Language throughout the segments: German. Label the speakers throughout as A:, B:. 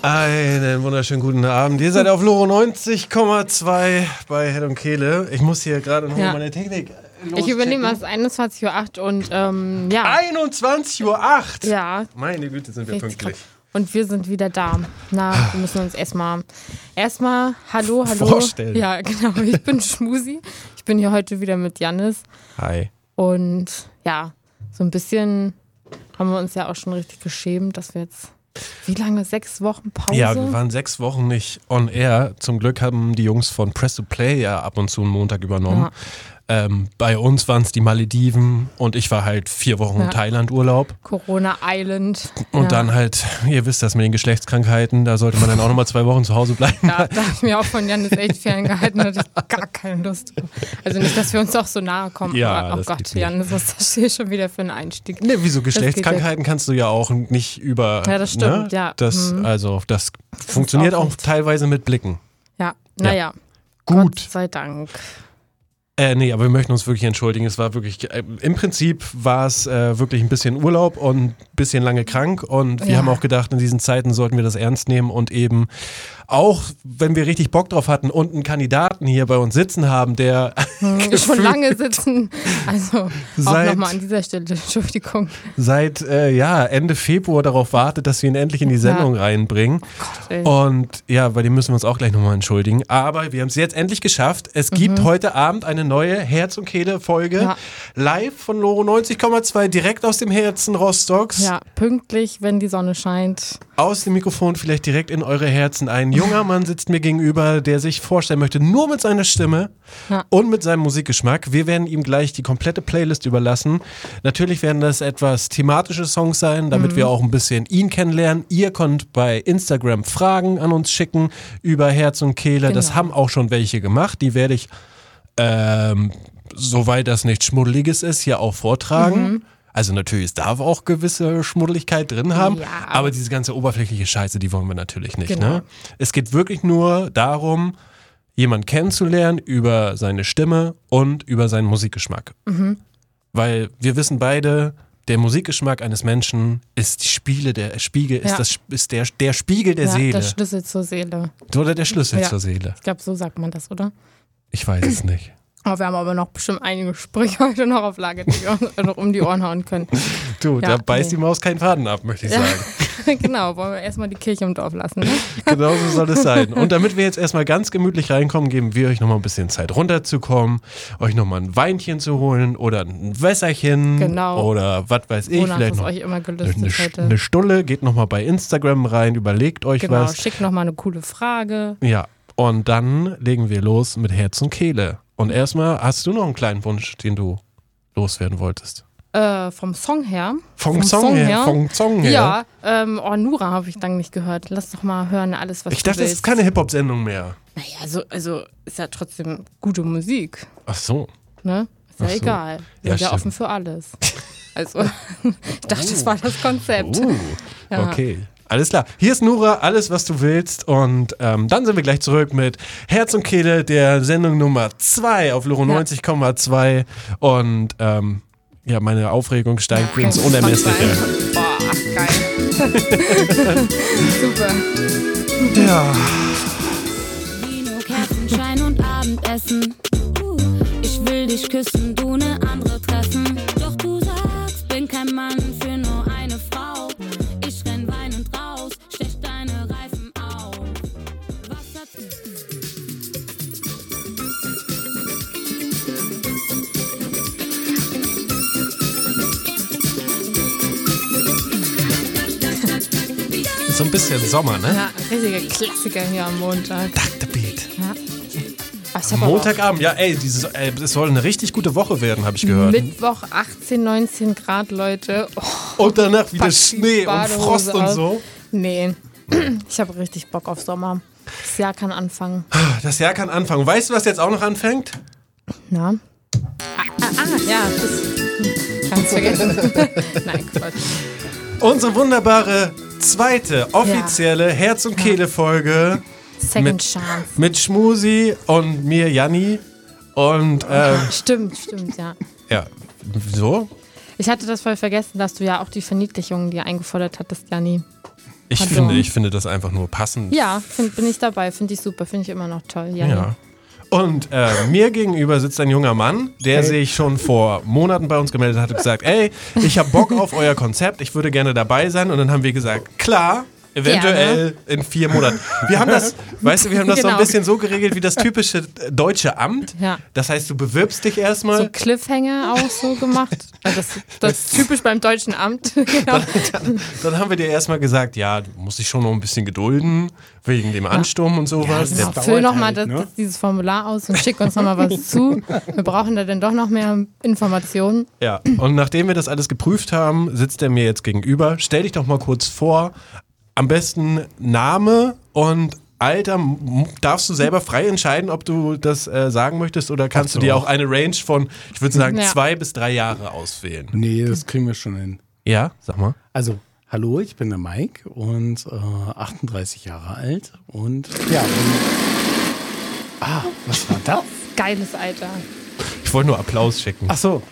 A: Einen wunderschönen guten Abend. Ihr seid auf Loro 90,2 bei Head und Kehle. Ich muss hier gerade noch
B: Ja.
A: meine Technik
B: Ich übernehme
A: loschecken.
B: es 21.08 Uhr und ähm, ja.
A: 21.08 Uhr.
B: Ja,
A: Meine Güte, sind wir
B: richtig krass.
A: pünktlich.
B: Und wir sind wieder da. Na, wir müssen uns erstmal. Erstmal, hallo, hallo.
A: Vorstellen.
B: Ja, genau. Ich bin Schmusi. Ich bin hier heute wieder mit Jannis.
A: Hi.
B: Und ja, so ein bisschen haben wir uns ja auch schon richtig geschämt, dass wir jetzt. Wie lange? Sechs Wochen Pause?
A: Ja, wir waren sechs Wochen nicht on air. Zum Glück haben die Jungs von Press to Play ja ab und zu einen Montag übernommen. Ähm, bei uns waren es die Malediven und ich war halt vier Wochen
B: Ja.
A: in Thailand-Urlaub.
B: Corona Island.
A: Und
B: ja.
A: dann halt, ihr wisst das mit den Geschlechtskrankheiten, da sollte man dann auch nochmal zwei Wochen zu Hause bleiben.
B: Ja, da habe ich mir auch von Janis echt ferngehalten, hatte ich gar keine Lust. drauf. Also nicht, dass wir uns auch so nahe kommen,
A: Ja,
B: aber oh
A: das
B: Gott,
A: geht nicht.
B: Janis, was das hier schon wieder für ein Einstieg?
A: Ne, wieso
B: geht
A: Geschlechtskrankheiten kannst du ja auch nicht über.
B: Ja, das stimmt,
A: ne?
B: ja.
A: Das,
B: Mhm.
A: Also, das funktioniert
B: auch
A: auch,
B: nicht.
A: teilweise mit Blicken.
B: Ja, naja, Gott
A: Gut.
B: sei Dank.
A: Äh, nee, aber wir möchten uns wirklich entschuldigen. Es war wirklich, äh, im Prinzip war es äh, wirklich ein bisschen Urlaub und ein bisschen lange krank. Und wir
B: Ja.
A: haben auch gedacht, in diesen Zeiten sollten wir das ernst nehmen und eben auch, wenn wir richtig Bock drauf hatten und einen Kandidaten hier bei uns sitzen haben, der
B: Mhm, Schon lange sitzen, also auch
A: Seit-
B: nochmal an dieser Stelle, Entschuldigung.
A: seit äh, ja, Ende Februar darauf wartet, dass wir ihn endlich in die Sendung reinbringen.
B: ey.
A: Und ja, bei dem müssen wir uns auch gleich nochmal entschuldigen. Aber wir haben es jetzt endlich geschafft. Es gibt heute Abend eine neue Herz- und Kehle-Folge.
B: Mhm. Ja.
A: Live von Loro 90,2, direkt aus dem Herzen Rostocks.
B: Ja, pünktlich, wenn die Sonne scheint.
A: Aus dem Mikrofon vielleicht direkt in eure Herzen. Ein junger Mann sitzt mir gegenüber, der sich vorstellen möchte, nur mit seiner Stimme
B: Ja.
A: und mit seinem Musikgeschmack. Wir werden ihm gleich die komplette Playlist überlassen. Natürlich werden das etwas thematische Songs sein,
B: Mhm.
A: damit wir auch ein bisschen ihn kennenlernen. Ihr könnt bei Instagram Fragen an uns schicken über Herz und Kehle. Das
B: Genau.
A: haben auch schon welche gemacht. Die werde ich, ähm, soweit das nichts Schmuddeliges ist, hier auch vortragen.
B: Mhm.
A: Also natürlich, es darf auch gewisse Schmuddeligkeit drin haben,
B: Ja,
A: aber,
B: aber-
A: diese ganze oberflächliche Scheiße, die wollen wir natürlich nicht.
B: Genau.
A: Ne? Es geht wirklich nur darum, jemanden kennenzulernen über seine Stimme und über seinen Musikgeschmack.
B: Mhm.
A: Weil wir wissen beide, der Musikgeschmack eines Menschen ist die Spiele der Spiegel, ist,
B: Ja.
A: das, ist der, der Spiegel der
B: ja,
A: Seele.
B: Der Schlüssel zur Seele.
A: Oder der Schlüssel
B: Ja.
A: zur Seele.
B: Ich glaube, so sagt man das, oder?
A: Ich weiß es nicht.
B: Aber wir haben aber noch bestimmt einige Sprüche heute noch auf Lager, die wir uns noch um die Ohren hauen können.
A: Du,
B: Ja,
A: da beißt
B: nee.
A: die Maus keinen Faden ab, möchte ich
B: Ja.
A: sagen.
B: genau, wollen wir erstmal die Kirche im Dorf lassen. Ne?
A: Genau so soll es sein. Und damit wir jetzt erstmal ganz gemütlich reinkommen, geben wir euch nochmal ein bisschen Zeit runterzukommen, euch nochmal ein Weinchen zu holen oder ein Wässerchen
B: Genau.
A: oder was weiß ich,
B: Wonach
A: vielleicht
B: es
A: noch
B: euch immer
A: eine,
B: gelüstet
A: eine,
B: hätte.
A: eine Stulle. Geht nochmal bei Instagram rein, überlegt euch
B: Genau,
A: was.
B: schick nochmal eine coole Frage.
A: Ja, und dann legen wir los mit Herz und Kehle. Und erstmal hast du noch einen kleinen Wunsch, den du loswerden wolltest.
B: Äh, vom Song her.
A: Vom, Song, her, vom Song her.
B: Ja, ähm, oh, Nura habe ich lange nicht gehört. Lass doch mal hören, alles, was
A: ich
B: du
A: dachte, das
B: willst.
A: ist keine Hip-Hop-Sendung mehr.
B: Naja, so, also ist ja trotzdem gute Musik,
A: Ach so.
B: ne? Ist ja
A: Ach so.
B: egal.
A: Ja,
B: Wir sind ja
A: stimmt. Oh.
B: offen für alles. Also, ich dachte, das war das Konzept.
A: Uh,
B: Ja.
A: okay. Alles klar. Hier ist Nura, alles, was du willst. Und ähm, dann sind wir gleich zurück mit Herz und Kehle, der Sendung Nummer 2 auf Loro
B: Ja.
A: 90,2. Und ähm, ja, meine Aufregung steigt
B: Geil.
A: übrigens unermesslich. ey.
B: Boah, geil. Super.
A: Ja.
C: Vino, Kerzenschein und Abendessen. Uh, Ich will dich küssen, du ne andere treffen. Doch du sagst, bin kein Mann für nur eine Frau. Ich renn weinend raus, stech deine Reifen auf. Was hat
A: So ein bisschen Sommer, ne?
B: Ja, richtiger Klassiker hier am Montag.
A: Dachte Beat.
B: Ach, ich hab aber auch
A: Montagabend, ja, ey, dieses, ey, es soll eine richtig gute Woche werden, habe ich gehört.
B: Mittwoch 18, 19 Grad, Leute. Oh,
A: und danach wieder
B: pack die
A: Schnee und
B: Badehose
A: Frost und
B: aus.
A: so.
B: nee. Ich habe richtig Bock auf Sommer. Das Jahr kann anfangen.
A: Das Jahr kann anfangen. Weißt du, was jetzt auch noch anfängt?
B: Na? Ah, ah, ah ja, das kannst vergessen. Nein, Quatsch.
A: Unsere wunderbare zweite offizielle Herz- und Kehle-Folge
B: Second
A: Mit-
B: Chance.
A: mit Schmusi und mir, Janni. Und ähm,
B: Stimmt, stimmt, ja.
A: ja, so?
B: Ich hatte das voll vergessen, dass du ja auch die Verniedlichung dir eingefordert hattest, Janni.
A: Ich
B: Pardon.
A: finde, ich finde das einfach nur passend.
B: Ja, find, bin ich dabei, finde ich super, finde ich immer noch toll. Ja,
A: Ja. Und äh, mir gegenüber sitzt ein junger Mann, der sich schon vor Monaten bei uns gemeldet hat und gesagt, ey, ich habe Bock auf euer Konzept, ich würde gerne dabei sein. Und dann haben wir gesagt, klar, eventuell in vier Monaten. Wir haben das, weißt du, wir haben das so ein
B: Genau.
A: bisschen so geregelt wie das typische äh, deutsche Amt.
B: Ja.
A: Das heißt, du bewirbst dich erstmal.
B: So Cliffhanger auch so gemacht. Also das, das ist typisch beim deutschen Amt. genau.
A: Dann haben wir dir erstmal gesagt, ja, du musst dich schon noch ein bisschen gedulden, wegen dem Ansturm und sowas.
D: das
A: Der
D: ist dauert
B: Füll nochmal
D: halt,
B: das,
D: ne?
B: das, dieses Formular aus und schick uns nochmal was zu. Wir brauchen da dann doch noch mehr Informationen.
A: Ja, und nachdem wir das alles geprüft haben, sitzt er mir jetzt gegenüber. Stell dich doch mal kurz vor. Am besten Name und Alter. M- Darfst du selber frei entscheiden, ob du das äh, sagen möchtest oder kannst
D: so.
A: du dir auch eine Range von, ich würde sagen,
B: Ja.
A: zwei bis drei Jahre auswählen?
D: Nee, das kriegen wir schon hin.
A: Ja, sag mal.
D: Also, hallo, ich bin der Mike und äh, 38 Jahre alt und ja. Und, ah, was war das?
B: Geiles Alter.
A: Ich wollte nur Applaus schicken.
D: Ach so,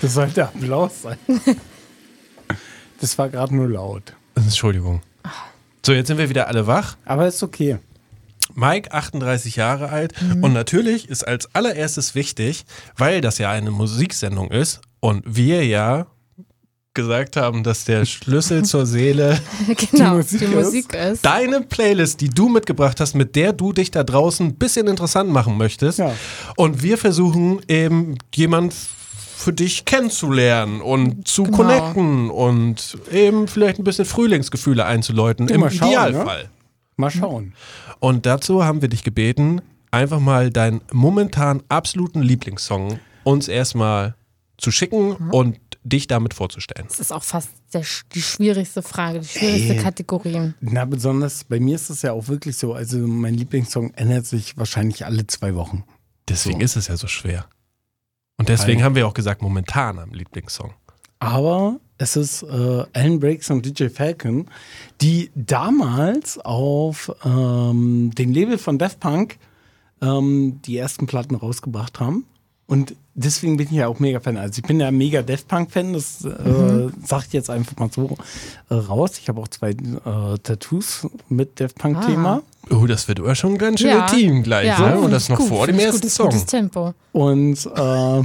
D: das sollte Applaus sein. Das war gerade nur laut.
A: Entschuldigung. So, jetzt sind wir wieder alle wach.
D: Aber ist okay.
A: Mike, 38 Jahre alt.
D: Mhm.
A: Und natürlich ist als allererstes wichtig, weil das ja eine Musiksendung ist und wir ja gesagt haben, dass der Schlüssel zur Seele
B: Genau, die
D: Musik
B: Musik,
D: ist-
B: ist.
A: deine Playlist, die du mitgebracht hast, mit der du dich da draußen ein bisschen interessant machen möchtest.
D: Ja.
A: Und wir versuchen eben jemand für dich kennenzulernen und zu
B: Genau.
A: connecten und eben vielleicht ein bisschen Frühlingsgefühle einzuläuten. Im
D: mal schauen, ne?
A: Idealfall.
D: Mal schauen.
A: Und dazu haben wir dich gebeten, einfach mal deinen momentan absoluten Lieblingssong uns erstmal zu schicken
B: Mhm.
A: und dich damit vorzustellen.
B: Das ist auch fast der, sch- die schwierigste Frage, die schwierigste
D: Ey.
B: Kategorie.
D: Na, besonders bei mir ist es ja auch wirklich so. Also, mein Lieblingssong ändert sich wahrscheinlich alle zwei Wochen.
A: Deswegen ist es ja so schwer. Und deswegen
D: Hi.
A: haben wir auch gesagt, momentan am Lieblingssong.
D: Aber es ist äh, Alan Breaks und DJ Falcon, die damals auf ähm, dem Label von Daft Punk ähm, die ersten Platten rausgebracht haben. Und deswegen bin ich ja auch mega Fan. Also ich bin ja mega Daft Punk-Fan, das äh, sag ich jetzt einfach mal so äh, raus. Ich habe auch zwei äh, Tattoos mit Daft Punk-Thema.
A: Oh, das wird aber schon ein ganz schönes
B: Ja.
A: Team gleich.
B: Ja,
A: Ne? Und das noch
B: gut,
A: vor dem
B: finde
A: ersten
B: ich gutes,
A: Song.
B: Gutes Tempo.
D: Und äh,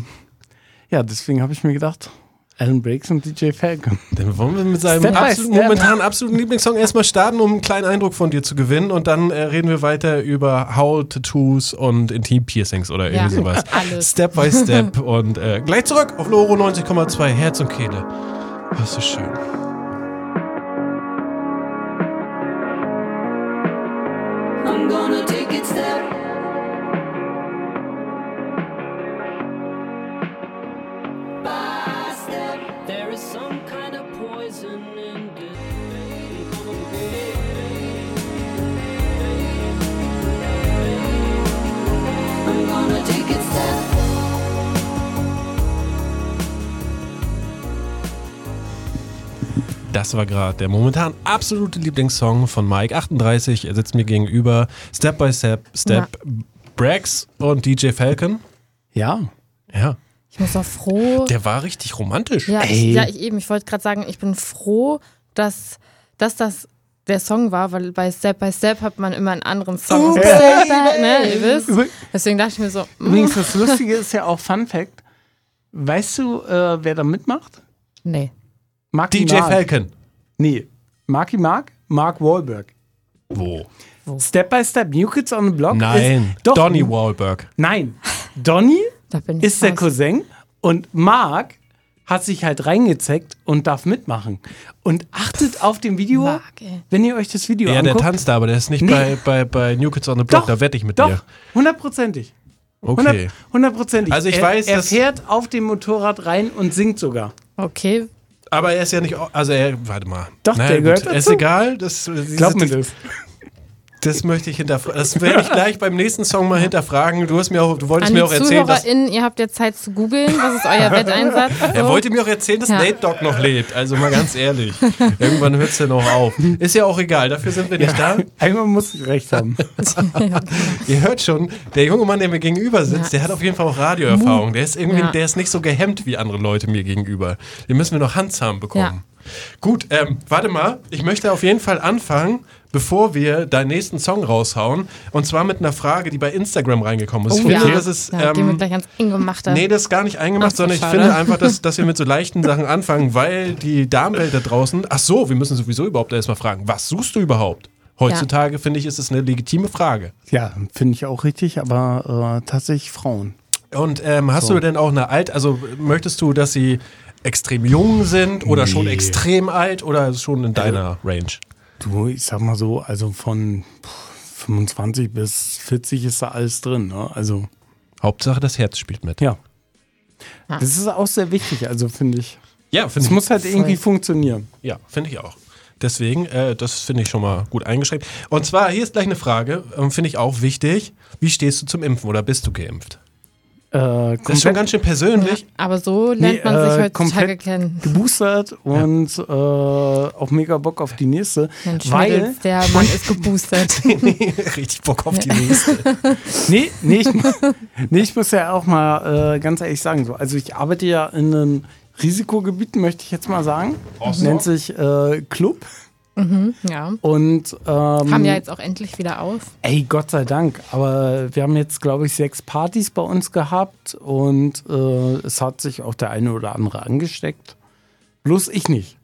D: ja, deswegen habe ich mir gedacht, Alan Breaks und DJ Falcon.
A: Dann wollen wir mit seinem
D: Step by
A: absolut-
D: step.
A: momentan absoluten Lieblingssong erstmal starten, um einen kleinen Eindruck von dir zu gewinnen. Und dann äh, reden wir weiter über Howl, Tattoos und Intim-Piercings oder
B: Ja,
A: irgendwie sowas.
B: alles.
A: Step by Step. Und äh, gleich zurück auf Loro 90,2 Herz und Kehle. Das ist schön.
E: I'm gonna take it step. by step. There is some kind of poison in this. I'm gonna take it step.
A: Das war gerade der momentan absolute Lieblingssong von Mike 38. Er sitzt mir gegenüber. Step by Step, Step Brax und DJ Falcon.
D: Ja,
A: Ja,
B: Ich muss auch froh.
A: der war richtig romantisch.
B: Ja, ich,
D: Ey.
B: ja ich eben. Ich wollte gerade sagen, ich bin froh, dass, dass das der Song war, weil bei Step by Step hat man immer einen anderen Song. Step by, ne, ihr wisst.
D: Übr-
B: Deswegen dachte ich mir so, mm,
D: Übrigens, das Lustige ist ja auch Fun Fact. Weißt du, äh, wer da mitmacht?
B: nee.
D: Marky
A: DJ
D: Mark.
A: Falcon.
D: Nee, Marky Mark, Mark Wahlberg.
A: Wo?
D: Step by Step, New Kids on the Block.
A: Nein,
D: ist, doch,
A: Donny Wahlberg.
D: Nein, Donny
B: Da bin ich
D: ist der
B: raus.
D: Cousin und Mark hat sich halt reingezeckt und darf mitmachen. Und achtet auf dem Video,
B: Mark, ey.
D: wenn ihr euch das Video
A: Ja, der
D: anguckt.
A: tanzt da, aber der ist nicht
D: Nee.
A: bei, bei, bei New Kids on the Block.
D: doch,
A: da wette ich mit
D: doch,
A: dir.
D: hundertprozentig. Hundert-
A: Okay.
D: Hundertprozentig.
A: Also ich
D: er,
A: weiß,
D: er
A: dass-
D: fährt auf dem Motorrad rein und singt sogar.
B: Okay,
A: Aber er ist ja nicht. Also, er. Warte mal.
D: Doch, der
A: gut,
D: gehört
A: Ist
D: dazu.
A: egal. Das, diese-
D: Glaub mir
A: das.
D: das.
A: möchte ich hinterfragen. Das werde ich gleich beim nächsten Song mal hinterfragen. Du, hast mir auch, du wolltest
B: An
A: mir
B: die
A: auch erzählen, dass.
B: ZuhörerInnen, ihr habt ja Zeit zu googeln. Was ist euer Wetteinsatz? Oh,
A: Er wollte mir auch erzählen, dass
B: Ja.
A: Nate Dogg noch lebt. Also mal ganz ehrlich. Irgendwann hört es ja noch auf. Ist ja auch egal. Dafür sind wir nicht da.
D: Einmal muss ich recht haben.
A: Ihr hört schon, der junge Mann, der mir gegenüber sitzt,
B: Ja.
A: der hat auf jeden Fall auch Radioerfahrung. Der ist irgendwie,
B: Ja.
A: der ist nicht so gehemmt wie andere Leute mir gegenüber. Den müssen wir noch Hans haben bekommen. Gut, ähm, warte mal. Ich möchte auf jeden Fall anfangen, bevor wir deinen nächsten Song raushauen. Und zwar mit einer Frage, die bei Instagram reingekommen ist. ich finde, das ist.
B: Oh ja, gehen wir
A: ähm,
B: gleich ans Ingemachte.
A: Nee, das ist gar nicht eingemacht,
B: Ach,
A: sondern ich
B: schade.
A: finde einfach, dass, dass wir mit so leichten Sachen anfangen, weil die Damenwelt da draußen, ach so, wir müssen sowieso überhaupt erstmal fragen, was suchst du überhaupt? Heutzutage finde ich, ist es eine legitime Frage.
D: Ja, finde ich auch richtig, aber äh, tatsächlich Frauen.
A: Und ähm, hast du denn auch eine alt, also möchtest du, dass sie extrem jung sind oder schon
D: Nee.
A: extrem alt oder ist es schon in deiner Range?
D: Du, ich sag mal so, also von pff, 25 bis 40 ist da alles drin. Ne? Also,
A: Hauptsache, das Herz spielt mit.
D: ja.
B: Ah.
D: Das ist auch sehr wichtig, also finde ich.
A: Ja, finde
D: Es
A: ich.
D: muss halt irgendwie funktionieren.
A: Ja, finde ich auch. Deswegen, äh, das finde ich schon mal gut eingeschränkt. Und zwar, hier ist gleich eine Frage, ähm, finde ich auch wichtig. Wie stehst du zum Impfen oder bist du geimpft?
D: Äh,
A: Das ist schon ganz schön
B: ja,
A: persönlich.
B: aber so lernt
D: Nee,
B: man sich
D: äh,
B: heutzutage
D: komplett
B: kennen.
D: geboostert und äh, auch mega Bock auf die nächste.
B: Mensch,
D: weil,
B: Mädels, der Mann ist geboostert.
A: nee, richtig Bock auf die nächste.
D: nee, nee, ich, mu- nee, ich muss ja auch mal äh, ganz ehrlich sagen, so, also ich arbeite ja in einem Risikogebiet, möchte ich jetzt mal sagen. Nennt sich äh, Club
B: ja.
D: und ähm,
B: Kam ja jetzt auch endlich wieder auf.
D: Ey, Gott sei Dank. Aber wir haben jetzt, glaube ich, sechs Partys bei uns gehabt und äh, es hat sich auch der eine oder andere angesteckt. Bloß ich nicht.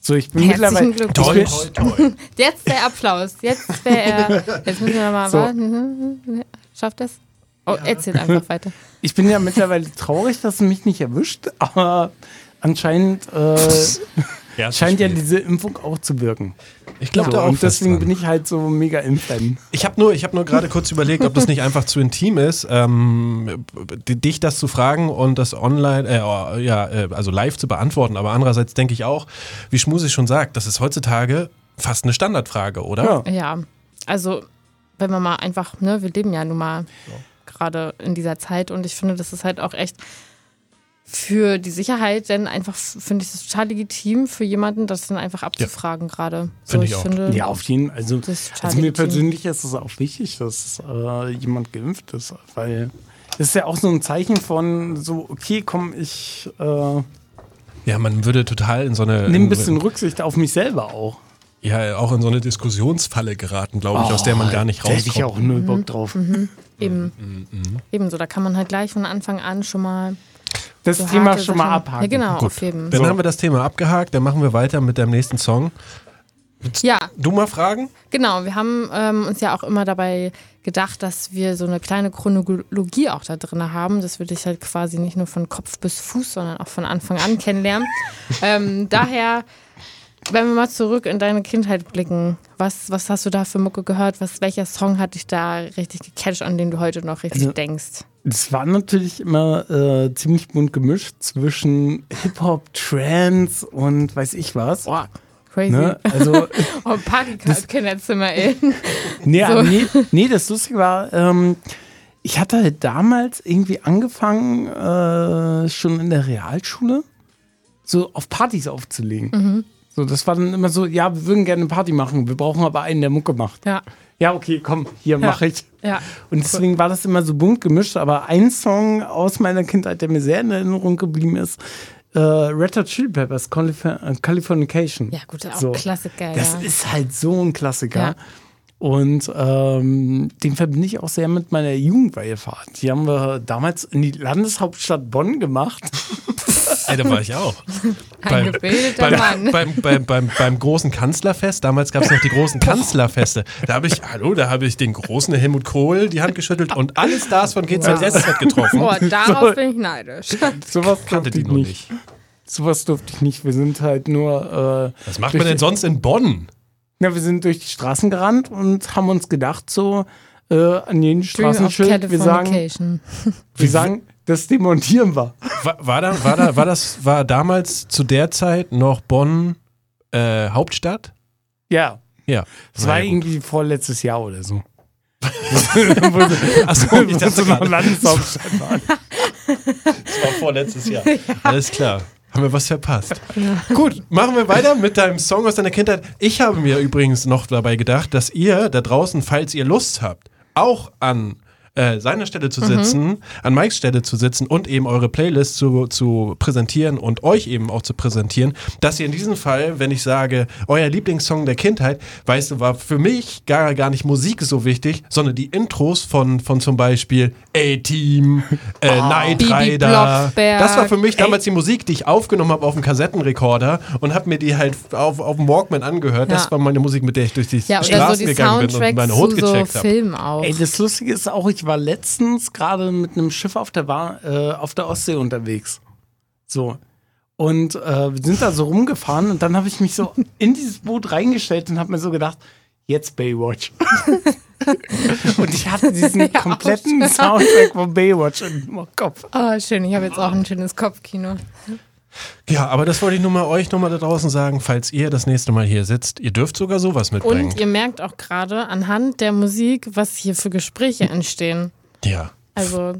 D: So, ich bin
B: Herzlichen
D: mittlerweile.
B: Glückwunsch.
D: Ich
A: Toll,
D: bin,
A: toll, toll.
B: Jetzt der Applaus. Jetzt wäre er. Jetzt müssen wir mal
D: So.
B: warten. Schafft es? Oh, erzähl einfach weiter.
D: ich bin ja mittlerweile traurig, dass es mich nicht erwischt, aber anscheinend äh,
A: Ja, es
D: scheint ja
A: spielt.
D: diese Impfung auch zu wirken.
A: ich glaube
D: So,
A: da auch.
D: und deswegen bin ich halt so mega im Fan.
A: Ich habe nur, ich hab nur gerade kurz überlegt, ob das nicht einfach zu intim ist, ähm, d- dich das zu fragen und das online, äh, oh, ja, äh, also live zu beantworten. Aber andererseits denke ich auch, wie Schmusi schon sagt, das ist heutzutage fast eine Standardfrage, oder?
D: Ja.
B: Ja, also wenn man mal einfach, ne, wir leben ja nun mal gerade in dieser Zeit und ich finde, das ist halt auch echt für die Sicherheit, denn einfach f- finde ich das total legitim für jemanden, das dann einfach abzufragen gerade.
A: Finde ich auch.
B: Finde,
D: Ja, auf jeden Fall. Also,
B: Das ist
D: also mir
B: total
D: persönlich ist es auch wichtig, dass äh, jemand geimpft ist, weil das ist ja auch so ein Zeichen von so, okay, komm, ich äh,
A: Ja, man würde total in so eine.
D: nehme ein bisschen Rücksicht auf mich selber auch.
A: Ja, auch in so eine Diskussionsfalle geraten, glaube ich, aus Oh, der man gar nicht
D: Oh, Da hätte ich
A: rauskommt.
D: auch null Bock
B: Mhm.
D: drauf.
B: eben,
D: Mhm.
B: ebenso. Da kann man halt gleich von Anfang an schon mal
D: Das
B: so
D: Thema
B: harte
D: schon mal
B: Sachen-
D: abhaken.
B: Ja, genau,
A: Gut.
B: aufheben.
A: Dann
D: So.
A: haben wir das Thema abgehakt, dann machen wir weiter mit deinem nächsten Song.
B: Ja,
A: Du mal fragen?
B: Genau, wir haben ähm, uns ja auch immer dabei gedacht, dass wir so eine kleine Chronologie auch da drin haben, dass wir dich halt quasi nicht nur von Kopf bis Fuß, sondern auch von Anfang an kennenlernen. ähm, daher, wenn wir mal zurück in deine Kindheit blicken, was, was hast du da für Mucke gehört? Was, welcher Song hat dich da richtig gecatcht, an den du heute noch richtig
D: Also-
B: denkst?
D: Das war natürlich immer äh, ziemlich bunt gemischt zwischen Hip-Hop, Trance und weiß ich was.
B: Boah, crazy.
D: Ne? Also
B: Oh, Partykinderzimmer, ey.
D: Nee,
B: So.
D: aber nee, nee, das Lustige war, ähm, ich hatte halt damals irgendwie angefangen, äh, schon in der Realschule, so auf Partys aufzulegen.
B: Mhm.
D: So, das war dann immer so, ja, wir würden gerne eine Party machen, wir brauchen aber einen, der Mucke macht.
B: Ja,
D: Ja, okay, komm, hier mach ich.
B: ja.
D: Und deswegen war das immer so bunt gemischt, aber ein Song aus meiner Kindheit, der mir sehr in Erinnerung geblieben ist, äh, Red Hot Chili Peppers, Calif äh, Californication.
B: Ja, gut, auch
D: So.
B: Klassiker.
D: Das
B: ja.
D: ist halt so ein Klassiker.
B: Ja.
D: Und ähm, den verbinde ich auch sehr mit meiner Jugendweihefahrt. Die haben wir damals in die Landeshauptstadt Bonn gemacht.
A: Ey, da war ich auch.
B: Ein gebildeter
A: beim,
B: Mann.
A: Beim, beim, beim, beim großen Kanzlerfest, damals gab es noch die großen Kanzlerfeste. Da habe ich, hallo, da habe ich den großen Helmut Kohl die Hand geschüttelt und alle Stars von GZSZ getroffen.
B: Boah, Oh, darauf bin ich neidisch.
D: Sowas
A: Kannte
D: durfte
A: die
D: ich
A: noch
D: nicht.
A: nicht.
D: Sowas durfte ich nicht. Wir sind halt nur. Äh,
A: Was macht
D: durch
A: man denn
D: die-
A: sonst in Bonn?
D: Na, wir sind durch die Straßen gerannt und haben uns gedacht, so äh, an
B: Dream
D: jeden
B: of
D: Straßenschild, wir sagen,
B: Californication.
D: wir sagen, das demontieren wir.
A: War, war, da, war, da, war das war damals zu der Zeit noch Bonn äh, Hauptstadt?
D: Ja.
A: Ja.
D: Das war
A: ja, gut.
D: irgendwie vorletztes Jahr oder so.
A: Ach so, ich
D: Das
A: dachte
D: ist noch
A: gerade,
D: Landeshauptstadt.
A: das war vorletztes Jahr. Alles klar. Haben wir was verpasst. Gut, machen wir weiter mit deinem Song aus deiner Kindheit. Ich habe mir übrigens noch dabei gedacht, dass ihr da draußen, falls ihr Lust habt, auch an äh, seiner Stelle
B: Mhm.
A: zu sitzen, an Mikes Stelle zu sitzen und eben eure Playlist zu, zu präsentieren und euch eben auch zu präsentieren, dass ihr in diesem Fall, wenn ich sage, euer Lieblingssong der Kindheit, weißt du, war für mich gar, gar nicht Musik so wichtig, sondern die Intros von, von zum Beispiel A-Team, äh, Knight
B: Oh. Bibi
A: Rider.
B: Blocksberg.
A: Das war für mich damals die Musik, die ich aufgenommen habe auf dem Kassettenrekorder und habe mir die halt auf, auf dem Walkman angehört.
B: Ja.
A: Das war meine Musik, mit der ich durch die
B: Ja, oder
A: Straßen
B: so die
A: gegangen bin und
B: Soundtracks
A: meine Hut
B: zu so
A: gecheckt habe.
B: Filmen auch.
D: Ey, das Lustige ist auch, ich war letztens gerade mit einem Schiff auf der, Wa äh, auf der Ostsee unterwegs. So. Und äh, wir sind da so rumgefahren und dann habe ich mich so in dieses Boot reingestellt und habe mir so gedacht, jetzt Baywatch. und ich hatte diesen kompletten Soundtrack von Baywatch im Kopf.
B: Oh, schön, ich habe jetzt auch ein schönes Kopfkino.
A: Ja, aber das wollte ich nur mal euch nochmal da draußen sagen, falls ihr das nächste Mal hier sitzt. Ihr dürft sogar sowas mitbringen.
B: Und ihr merkt auch gerade anhand der Musik, was hier für Gespräche entstehen.
A: ja.
B: Also,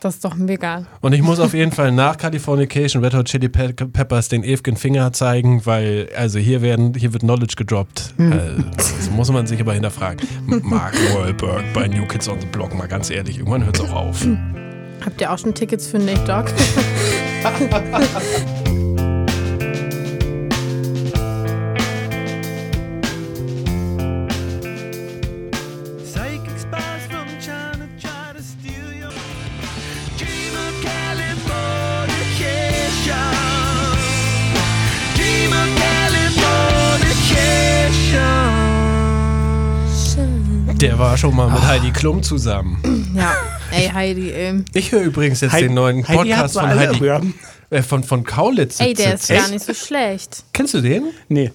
B: das ist doch mega.
A: Und ich muss auf jeden Fall nach Californication Red Hot Chili Pe Peppers den Evgen Finger zeigen, weil, also hier werden, hier wird Knowledge gedroppt.
B: Hm.
A: Also, das muss man sich aber hinterfragen. Mark Wahlberg bei New Kids on the Block, mal ganz ehrlich, irgendwann hört's auch auf.
B: Habt ihr auch schon Tickets für Nate Dogg?
F: Psychic spies from China try to steal your dream of Californication. Dream of Californication.
A: Der war schon mal mit
D: Ah.
A: Heidi Klum zusammen.
B: ja. Ey, Heidi, ähm, ey.
A: Ich höre übrigens jetzt den neuen
D: Heidi hat
A: Podcast
D: so
A: von
D: alle
A: Heidi
D: Hören.
A: äh, von, von Kaulitz.
B: ey der ist
A: sitzt.
B: gar
A: Echt?
B: nicht so schlecht.
A: Kennst du den?
D: Nee.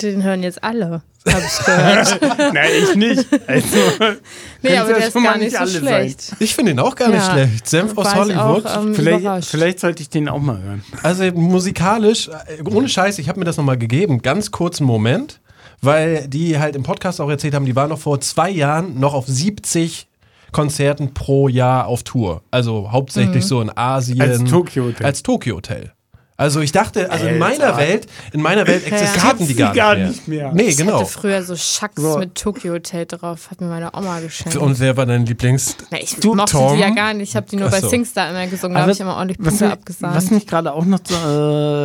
B: Den hören jetzt alle, hab ich gehört.
D: Nein, ich nicht. Also,
B: nee, aber der
D: ja
B: ist
D: schon mal
B: gar nicht
D: nicht
B: so
D: alle sein.
B: schlecht.
A: Ich finde ihn auch gar nicht
B: Ja.
A: schlecht. Senf aus
B: War ich
A: Hollywood.
B: Auch, ähm,
D: vielleicht,
B: überrascht.
D: vielleicht sollte ich den auch mal hören.
A: Also musikalisch, äh, ohne Scheiß, ich habe mir das nochmal gegeben, ganz kurzen Moment, weil die halt im Podcast auch erzählt haben, die waren noch vor zwei Jahren noch auf 70 Konzerten pro Jahr auf Tour. Also hauptsächlich
B: Mhm.
A: so in Asien.
D: Als Tokyo Hotel.
A: Als Tokyo Hotel. Also ich dachte, also in
D: Alter.
A: meiner Welt, in meiner Welt existierten
D: Gab's
A: die gar,
D: die gar
A: nicht,
D: nicht
A: mehr.
D: mehr.
A: Nee,
B: Ich hatte
A: genau.
B: früher so Schacks
D: So.
B: mit Tokyo Hotel drauf, hat mir meine Oma geschenkt.
A: Und wer war dein Lieblings?
B: Na, ich
A: Du,
B: mochte
A: Tom?
B: die ja gar nicht. Ich habe die nur bei
A: Achso.
B: Singstar immer gesungen. Da habe ich immer ordentlich Punkte
D: mich-
B: abgesagt.
D: Was mich gerade auch noch so,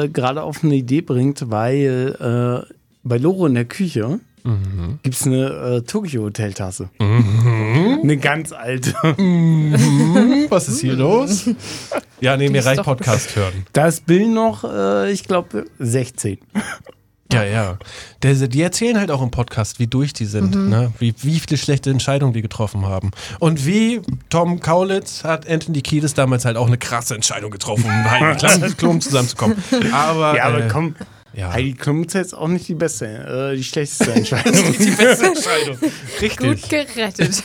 D: äh, gerade auf eine Idee bringt, weil äh, bei Loro in der Küche
A: Mhm.
D: gibt's gibt es eine äh, Tokio-Hoteltasse.
A: Mhm.
D: Eine ganz alte.
A: Was ist hier los? Ja, nee, mir
B: ist
A: reicht
B: doch-
A: Podcast hören.
D: Da ist Bill noch, äh, ich glaube, 16.
A: Ja, ja. Der, die erzählen halt auch im Podcast, wie durch die sind,
D: Mhm.
A: ne? wie, wie viele schlechte Entscheidungen die getroffen haben. Und wie Tom Kaulitz hat Anthony Kiedis damals halt auch eine krasse Entscheidung getroffen, um mit Heidi Klum zusammenzukommen. Aber,
D: Ja, aber
A: äh,
D: komm,
A: ja.
D: Heidi Klum ist jetzt auch nicht die beste, äh, die schlechteste Entscheidung.
A: die beste Entscheidung. Richtig.
B: Gut gerettet.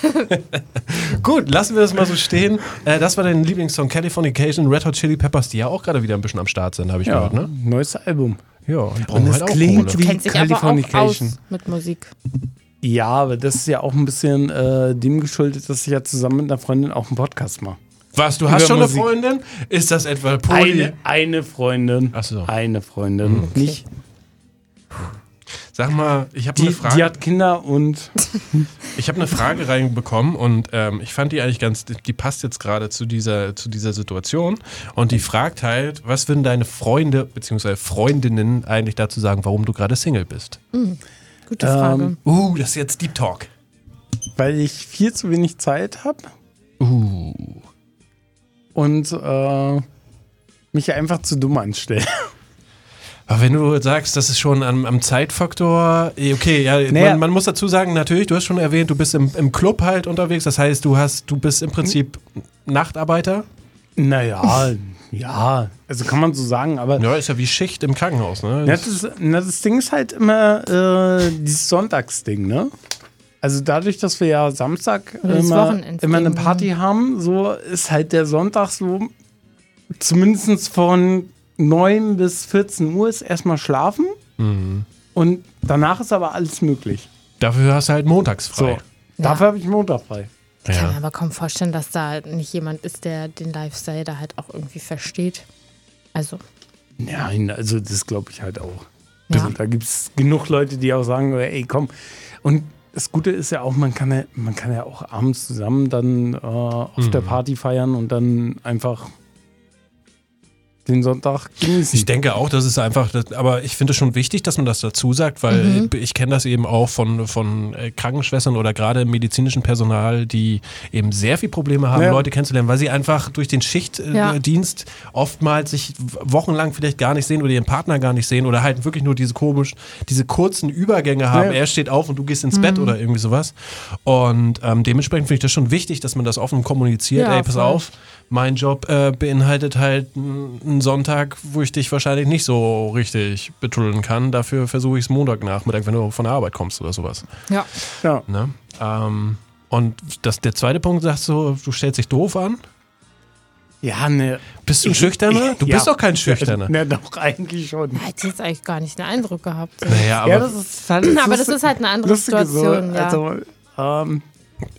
A: Gut. lassen wir das mal so stehen. Äh, das war dein Lieblingssong Californication, Red Hot Chili Peppers, die ja auch gerade wieder ein bisschen am Start sind, habe ich
D: ja,
A: gehört. Ne?
D: neues Album.
A: Ja, die
D: Und
A: brauchen
D: es
A: halt auch
D: klingt
A: Kohle.
D: wie
B: Kennt sich aber auch
D: Californication.
B: aus mit Musik.
D: Ja, aber das ist ja auch ein bisschen äh, dem geschuldet, dass ich ja zusammen mit einer Freundin auch einen Podcast mache.
A: Was, du hast
D: Über
A: schon eine
D: Musik.
A: Freundin? Ist das etwa Poly?
D: Eine, eine Freundin.
A: Ach so. Mhm.
D: Eine Freundin. Nicht,
A: Sag mal, ich habe
D: die,
A: eine Frage.
D: die hat Kinder und
A: Ich habe eine Frage reinbekommen und ähm, ich fand die eigentlich ganz, die passt jetzt gerade zu dieser, zu dieser Situation. Und die fragt halt, was würden deine Freunde bzw. Freundinnen eigentlich dazu sagen, warum du gerade Single bist?
B: Gute Frage.
A: Uh, das ist jetzt Deep Talk.
D: weil ich viel zu wenig Zeit habe. Uh. Und äh, mich einfach zu dumm anstelle.
A: Aber wenn du sagst, das ist schon am, am Zeitfaktor, eh, okay, ja,
D: Naja.
A: man, man muss dazu sagen, natürlich, du hast schon erwähnt, du bist im, im Club halt unterwegs, das heißt, du hast, du bist im Prinzip Nachtarbeiter.
D: Naja, ja. Also kann man so sagen, aber
A: Ja, ist ja wie Schicht im Krankenhaus, ne?
D: Ja, das, na, das Ding ist halt immer äh, dieses Sonntagsding, ne? Also dadurch, dass wir ja Samstag
B: Oder das
D: immer,
B: Wochenendding,
D: immer eine
B: ne?
D: Party haben, so ist halt der Sonntag so zumindest von 9 bis 14 Uhr ist erstmal schlafen und danach ist aber alles möglich.
A: Dafür hast du halt montags
D: So.
A: frei.
D: Dafür habe ich Montag frei.
B: Ich kann mir aber kaum vorstellen, dass da nicht jemand ist, der den Lifestyle da halt auch irgendwie versteht. Also,
D: Nein, also das glaube ich halt auch.
B: Ja.
D: Also, da gibt es genug Leute, die auch sagen, ey, komm. äh, Und Das Gute ist ja auch, man kann ja, man kann ja auch abends zusammen dann äh, auf der Party feiern und dann einfach den Sonntag genießen.
A: Ich denke auch, das ist einfach, das, aber ich finde es schon wichtig, dass man das dazu sagt, weil
D: Mhm.
A: ich, ich kenne das eben auch von, von äh, Krankenschwestern oder gerade im medizinischen Personal, die eben sehr viel Probleme haben,
D: Ja.
A: Leute kennenzulernen, weil sie einfach durch den Schichtdienst
B: Ja.
A: äh, Dienst oftmals sich wochenlang vielleicht gar nicht sehen oder ihren Partner gar nicht sehen oder halt wirklich nur diese komisch, diese kurzen Übergänge haben.
D: Ja. Mhm.
A: Er steht auf und du gehst ins Bett oder irgendwie sowas. Und ähm, dementsprechend finde ich das schon wichtig, dass man das offen kommuniziert.
B: Ja,
A: Ey, pass
B: voll.
A: auf, mein Job äh, beinhaltet halt n- einen Sonntag, wo ich dich wahrscheinlich nicht so richtig betrudeln kann. Dafür versuche ich es Montagnachmittag, wenn du von der Arbeit kommst oder sowas.
B: Ja.
D: ja.
A: Ne? Ähm, und das, der zweite Punkt sagst du, du stellst dich doof an.
D: ja, ne.
A: Bist du ein Schüchterner? Du
D: Ja.
A: bist doch kein Schüchterner.
D: Ne, doch, eigentlich schon.
B: Hätte ich jetzt eigentlich gar nicht den Eindruck gehabt.
A: Naja, aber
D: Ja, das ist
B: Aber das ist halt eine andere
D: Lustige so,
B: Situation. ja.
D: Also, ähm,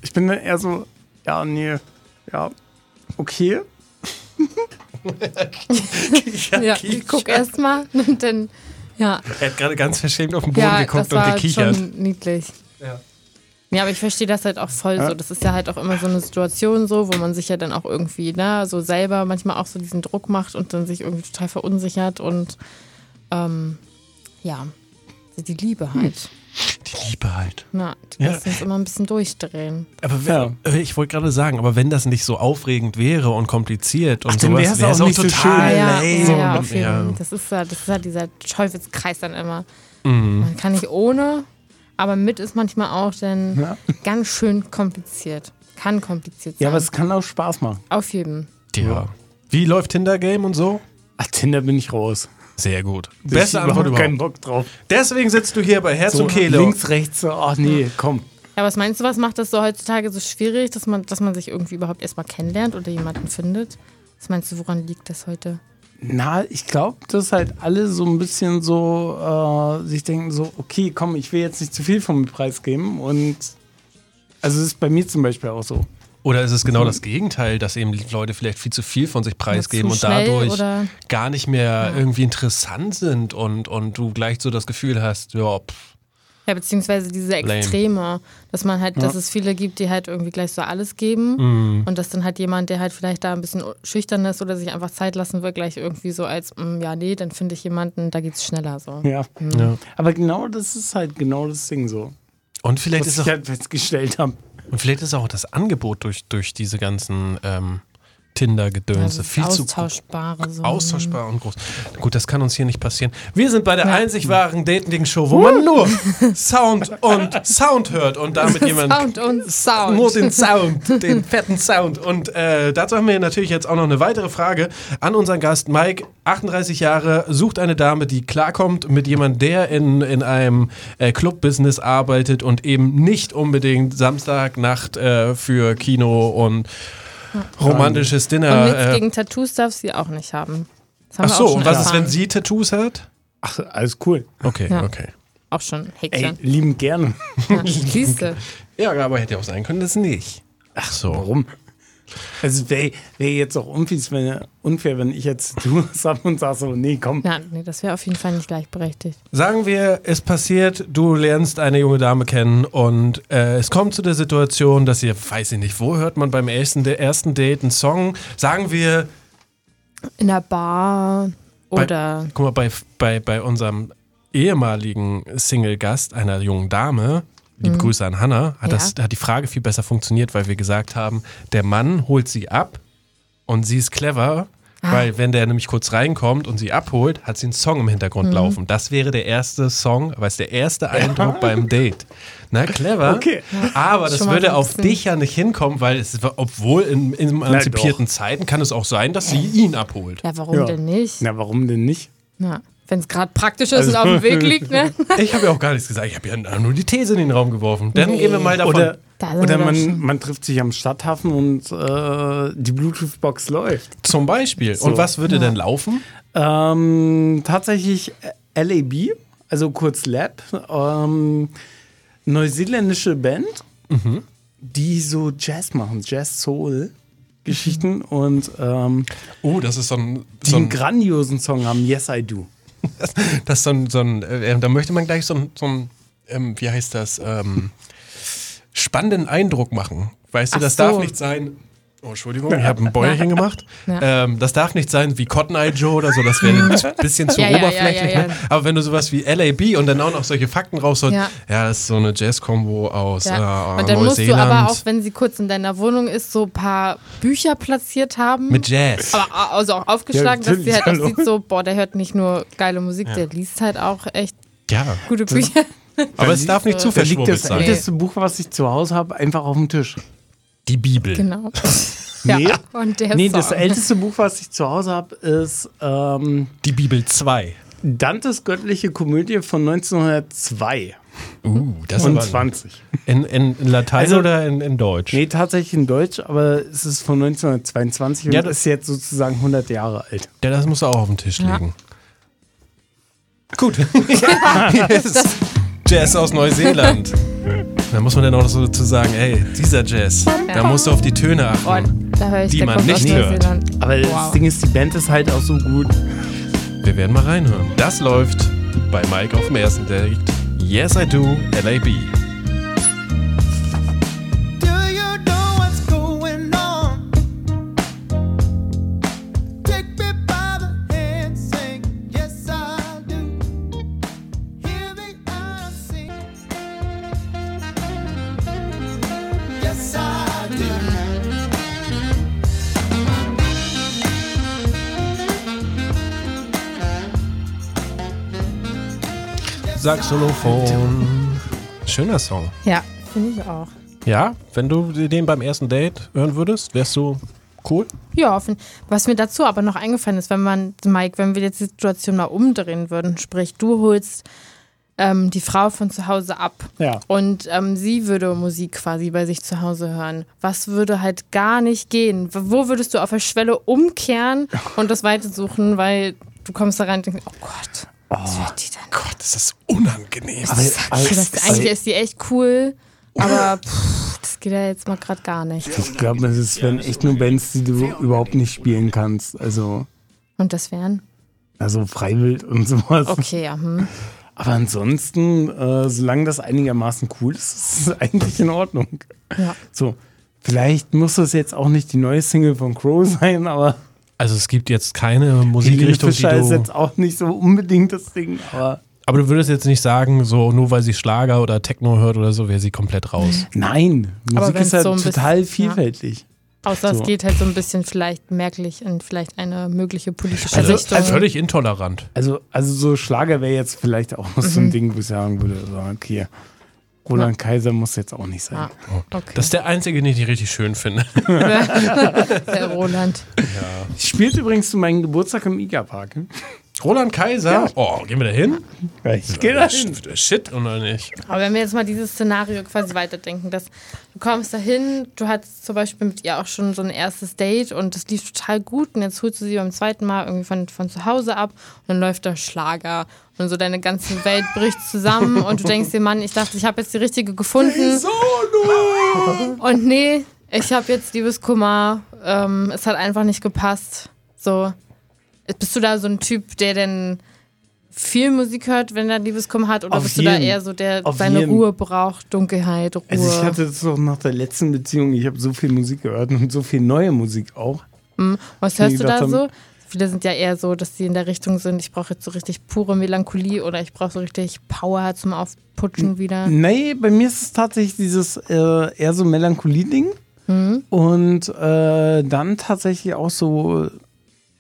D: ich bin dann eher so, ja, nee, ja, okay.
B: ja, ich guck erst mal und dann, ja,
A: er hat gerade ganz verschämt auf den Boden
B: ja
A: geguckt
B: das
A: und
B: war
A: gekichert.
B: schon niedlich.
A: Ja.
B: Ja, aber ich verstehe das halt auch voll so. Das ist ja halt auch immer so eine Situation so, wo man sich ja dann auch irgendwie, ne, so selber manchmal auch so diesen Druck macht und dann sich irgendwie total verunsichert und ähm, ja, Also die Liebe halt.
A: Die Liebe halt.
B: Na, du
A: Ja.
B: musst uns immer ein bisschen durchdrehen.
A: Aber wenn, äh, ich wollte gerade sagen, aber wenn das nicht so aufregend wäre und kompliziert und
D: Ach, dann
A: sowas,
D: wär's
A: wär's
D: auch nicht so
A: total
D: schön.
B: ja,
A: lame.
B: ja, ja, auf jeden
A: Ja.
B: Fall. Das ist ja, das ist ja dieser Teufelskreis dann immer. Man kann nicht ohne, aber mit ist manchmal auch dann
D: Ja.
B: ganz schön kompliziert. Kann kompliziert sein.
D: Ja, aber es kann auch Spaß machen.
B: auf jeden.
A: Ja. Wie läuft Tinder Game und so?
D: Ach, Tinder bin ich raus.
A: Sehr gut.
D: Da hab ich
A: Beste Antwort
D: überhaupt keinen
A: überhaupt.
D: Bock drauf.
A: Deswegen sitzt du hier bei Herz und Kehle.
D: links, rechts, so, ach nee, komm.
B: Ja, was meinst du, was macht das so heutzutage so schwierig, dass man, dass man sich irgendwie überhaupt erstmal kennenlernt oder jemanden findet? Was meinst du, woran liegt das heute?
D: Na, ich glaube, dass halt alle so ein bisschen so äh, sich denken so, okay, komm, ich will jetzt nicht zu viel von mir preisgeben und also es ist bei mir zum Beispiel auch so.
A: Oder ist es genau das Gegenteil, dass eben Leute vielleicht viel zu viel von sich preisgeben
B: Zu
A: und
B: schnell
A: dadurch
B: oder-
A: gar nicht mehr irgendwie interessant sind und, und du gleich so das Gefühl hast, ja, pff,
B: Ja, beziehungsweise diese
A: Lame.
B: Extreme, dass man halt, dass es viele gibt, die halt irgendwie gleich so alles geben
A: Mm.
B: und dass dann halt jemand, der halt vielleicht da ein bisschen schüchtern ist oder sich einfach Zeit lassen will, gleich irgendwie so als, mm, ja, nee, dann finde ich jemanden, da geht's schneller so.
D: Ja.
A: Ja.
D: Aber genau das ist halt genau das Ding so,
A: und vielleicht
D: was
A: ist
D: ich
A: auch
D: halt festgestellt habe.
A: Und vielleicht ist auch das Angebot durch, durch diese ganzen ähm, Tinder-Gedönse
B: Also
A: viel zu gro-
B: austauschbare so.
A: austauschbar und groß. Gut, das kann uns hier nicht passieren. Wir sind bei der einzig wahren Dating-Show, wo man nur Sound und Sound hört und damit jemand
B: Sound und Sound.
A: nur den Sound, den fetten Sound. Und äh, dazu haben wir natürlich jetzt auch noch eine weitere Frage an unseren Gast Mike, 38 Jahre, sucht eine Dame, die klarkommt mit jemandem, der in, in einem äh, Club-Business arbeitet und eben nicht unbedingt Samstagnacht äh, für Kino und romantisches
B: und
A: Dinner.
B: nichts
A: Äh,
B: gegen Tattoos darf sie auch nicht haben. Das haben
A: ach
B: wir
A: so,
B: auch schon
A: und was ist,
B: erfahren.
A: wenn sie Tattoos hat?
D: Ach, alles cool.
A: Okay,
B: Ja.
A: okay.
B: Auch schon
D: Ey,
B: Häkchen.
D: lieben gerne.
B: Ja. Siehste.
A: Ja, aber hätte ja auch sein können, das nicht. Ach so.
D: Warum? Also wäre wär jetzt auch unfies, wenn, unfair, wenn ich jetzt du sag und sag so, nee, komm.
B: Ja, nee, das wäre auf jeden Fall nicht gleichberechtigt.
A: Sagen wir, es passiert, du lernst eine junge Dame kennen und äh, es kommt zu der Situation, dass ihr, weiß ich nicht, wo hört man beim ersten, der ersten Date einen Song? Sagen wir,
B: In der Bar
A: Bei-
B: oder
A: guck mal, bei, bei, bei unserem ehemaligen Single-Gast einer jungen Dame, liebe Grüße an Hannah, hat,
B: Mhm. Ja.
A: das, hat die Frage viel besser funktioniert, weil wir gesagt haben, der Mann holt sie ab und sie ist clever,
B: Ah.
A: weil wenn der nämlich kurz reinkommt und sie abholt, hat sie einen Song im Hintergrund
B: Mhm.
A: laufen. Das wäre der erste Song, weil es der erste Eindruck beim Date. Na, clever.
D: Okay.
A: Aber das
B: Schon mal so
A: würde
B: ein
A: auf
B: bisschen-
A: dich ja nicht hinkommen, weil es, obwohl in, in emanzipierten Zeiten kann es auch sein, dass sie ihn abholt.
B: ja, warum
D: Ja.
B: denn nicht?
D: Na, warum denn nicht?
B: Ja. Wenn es gerade praktisch ist und auf dem Weg liegt, ne?
A: Ich habe ja auch gar nichts gesagt. Ich habe ja nur die These in den Raum geworfen. Dann gehen wir mal davon.
D: Oder,
B: Da sind
D: oder
B: wir doch schon.
D: man, man trifft sich am Stadthafen und äh, die Bluetooth-Box läuft.
A: zum Beispiel. Und
D: So.
A: was würde denn laufen?
D: Ähm, tatsächlich äh, LAB, also kurz Lab, ähm, neuseeländische Band,
A: Mhm.
D: die so Jazz machen, Jazz-Soul-Geschichten
B: Mhm.
D: und ähm,
A: Oh, das ist so ein.
D: die
A: So
D: einen
A: ein
D: grandiosen Song haben, Yes I Do.
A: äh, das ist so ein, so ein äh, da möchte man gleich so ein, so ein ähm, wie heißt das, ähm, spannenden Eindruck machen. Weißt du,
B: Ach
A: das
B: so.
A: darf nicht sein. Oh, Entschuldigung, ich habe ein Bäuerchen gemacht.
B: Ja.
A: Ähm, das darf nicht sein wie Cotton Eye Joe oder so, das wäre ein bisschen zu
B: Ja, ja, ja,
A: oberflächlich.
B: ja, ja.
A: Ne? Aber wenn du sowas wie LAB und dann auch noch solche Fakten rausholst, ja.
B: Ja.
A: das ist so eine Jazz-Kombo aus
B: Ja.
A: äh,
B: Und dann musst du
A: Neuseeland
B: aber auch, wenn sie kurz in deiner Wohnung ist, so ein paar Bücher platziert haben.
A: mit Jazz.
B: aber a- also auch aufgeschlagen,
D: Ja,
B: dass sie halt
D: natürlich,
B: auch
D: hallo.
B: sieht, so, boah, der hört nicht nur geile Musik, der liest halt auch echt
A: ja,
B: gute Bücher.
A: aber es darf nicht zu
D: Da liegt
A: verschwurbelt
D: das
A: sein.
D: älteste Buch, was ich zu Hause habe, einfach auf dem Tisch.
A: Die Bibel.
B: Genau.
D: Nee.
B: Ja, und der
D: nee,
B: Song.
D: das älteste Buch, was ich zu Hause habe, ist ähm,
A: Die Bibel 2.
D: Dantes göttliche Komödie von 1902
A: Uh, das
D: und
A: ist aber
D: 20.
A: in, in, in Latein
D: Also-
A: oder in, in Deutsch?
D: Nee, tatsächlich in Deutsch, aber es ist von 1922
A: Ja,
D: und
A: das-
D: ist jetzt sozusagen 100 Jahre alt.
A: Ja, das musst du auch auf den Tisch
B: Ja.
A: legen. Gut. yes. Jazz aus Neuseeland. Da muss man dann auch so zu sagen, ey, dieser Jazz, da musst du auf die Töne achten.
B: Und da höre ich
A: Die
B: der
A: man
B: kommt aus
A: nicht hört.
B: Neuseeland.
D: Aber das
B: Wow.
D: Ding ist, die Band ist halt auch so gut.
A: Wir werden mal reinhören. Das läuft bei Mike auf dem ersten Date. Yes, I do, LAB.
F: Do you know what's going on? Take me by the hand, sing, yes I do. Hear me out sing. Yes I do.
A: Saxophon. Schöner Song.
B: Ja, finde ich auch.
A: Ja, wenn du den beim ersten Date hören würdest, wärst du cool.
B: Ja, find- was mir dazu aber noch eingefallen ist, wenn man, Mike, wenn wir jetzt die Situation mal umdrehen würden, sprich, du holst ähm, die Frau von zu Hause ab
D: Ja.
B: und ähm, sie würde Musik quasi bei sich zu Hause hören. Was würde halt gar nicht gehen? W- Wo würdest du auf der Schwelle umkehren und das Weite suchen, weil du kommst da rein und denkst, oh Gott, was hört die denn?
A: Gott, das ist unangenehm.
B: Was sagt die? Das
D: Also,
B: ist eigentlich ist die echt cool, aber pff, das geht ja jetzt mal gerade gar nicht.
D: Ich glaube, es ist wenn echt nur Bands, die du überhaupt nicht spielen kannst. Also,
B: Und das wären?
D: also Freiwild und sowas.
B: Okay, ja. Hm.
D: Aber ansonsten, äh, solange das einigermaßen cool ist, ist es eigentlich in Ordnung.
B: Ja.
D: So, vielleicht muss es jetzt auch nicht die neue Single von Crow sein, aber
A: Also es gibt jetzt keine
D: Helene
A: Musikrichtung, die
D: Fischer ist
A: du...
D: jetzt auch nicht so unbedingt das Ding. Aber
A: Aber du würdest jetzt nicht sagen, so nur weil sie Schlager oder Techno hört oder so, wäre sie komplett raus.
D: nein,
B: Aber
D: Musik
B: wenn's
D: ist halt
B: so ein bisschen-
D: total
B: ja.
D: vielfältig.
B: Außer
D: So.
B: es geht halt so ein bisschen vielleicht merklich in vielleicht eine mögliche politische
A: Also,
B: Richtung.
A: völlig intolerant.
D: Also, also so Schlager wäre jetzt vielleicht auch so
B: Mhm.
D: ein Ding, wo ich sagen würde, so, okay, Roland Kaiser muss jetzt auch nicht sein.
B: Ah, okay.
A: Das ist der einzige, den ich richtig schön finde. äh,
B: der Roland.
D: Spielt übrigens zu meinem Geburtstag im IGA-Park. hm?
A: Roland Kaiser. Oh, gehen wir da hin?
D: Ich gehe da hin.
A: Sch- Shit, oder nicht?
B: Aber wenn wir jetzt mal dieses Szenario quasi weiterdenken, dass du kommst dahin, du hattest zum Beispiel mit ihr auch schon so ein erstes Date und das lief total gut und jetzt holst du sie beim zweiten Mal irgendwie von, von zu Hause ab und dann läuft da Schlager und so deine ganze Welt bricht zusammen und du denkst dir, Mann, ich dachte, ich habe jetzt die richtige gefunden. Und nee, ich habe jetzt Liebeskummer. Ähm, es hat einfach nicht gepasst. So, bist du da so ein Typ, der denn viel Musik hört, wenn er Liebeskummer hat, oder
D: Auf
B: bist du
D: jeden.
B: da eher so der
D: Auf
B: seine
D: jeden.
B: Ruhe braucht, Dunkelheit, Ruhe?
D: Also ich hatte das noch nach der letzten Beziehung, ich habe so viel Musik gehört und so viel neue Musik auch.
B: Was
D: wie
B: hörst du
D: gesagt,
B: da
D: am-
B: so? Viele sind ja eher so, dass sie in der Richtung sind, ich brauche jetzt so richtig pure Melancholie oder ich brauche so richtig Power zum Aufputschen wieder.
D: Nee, bei mir ist es tatsächlich dieses äh, eher so Melancholie-Ding. Und äh, dann tatsächlich auch so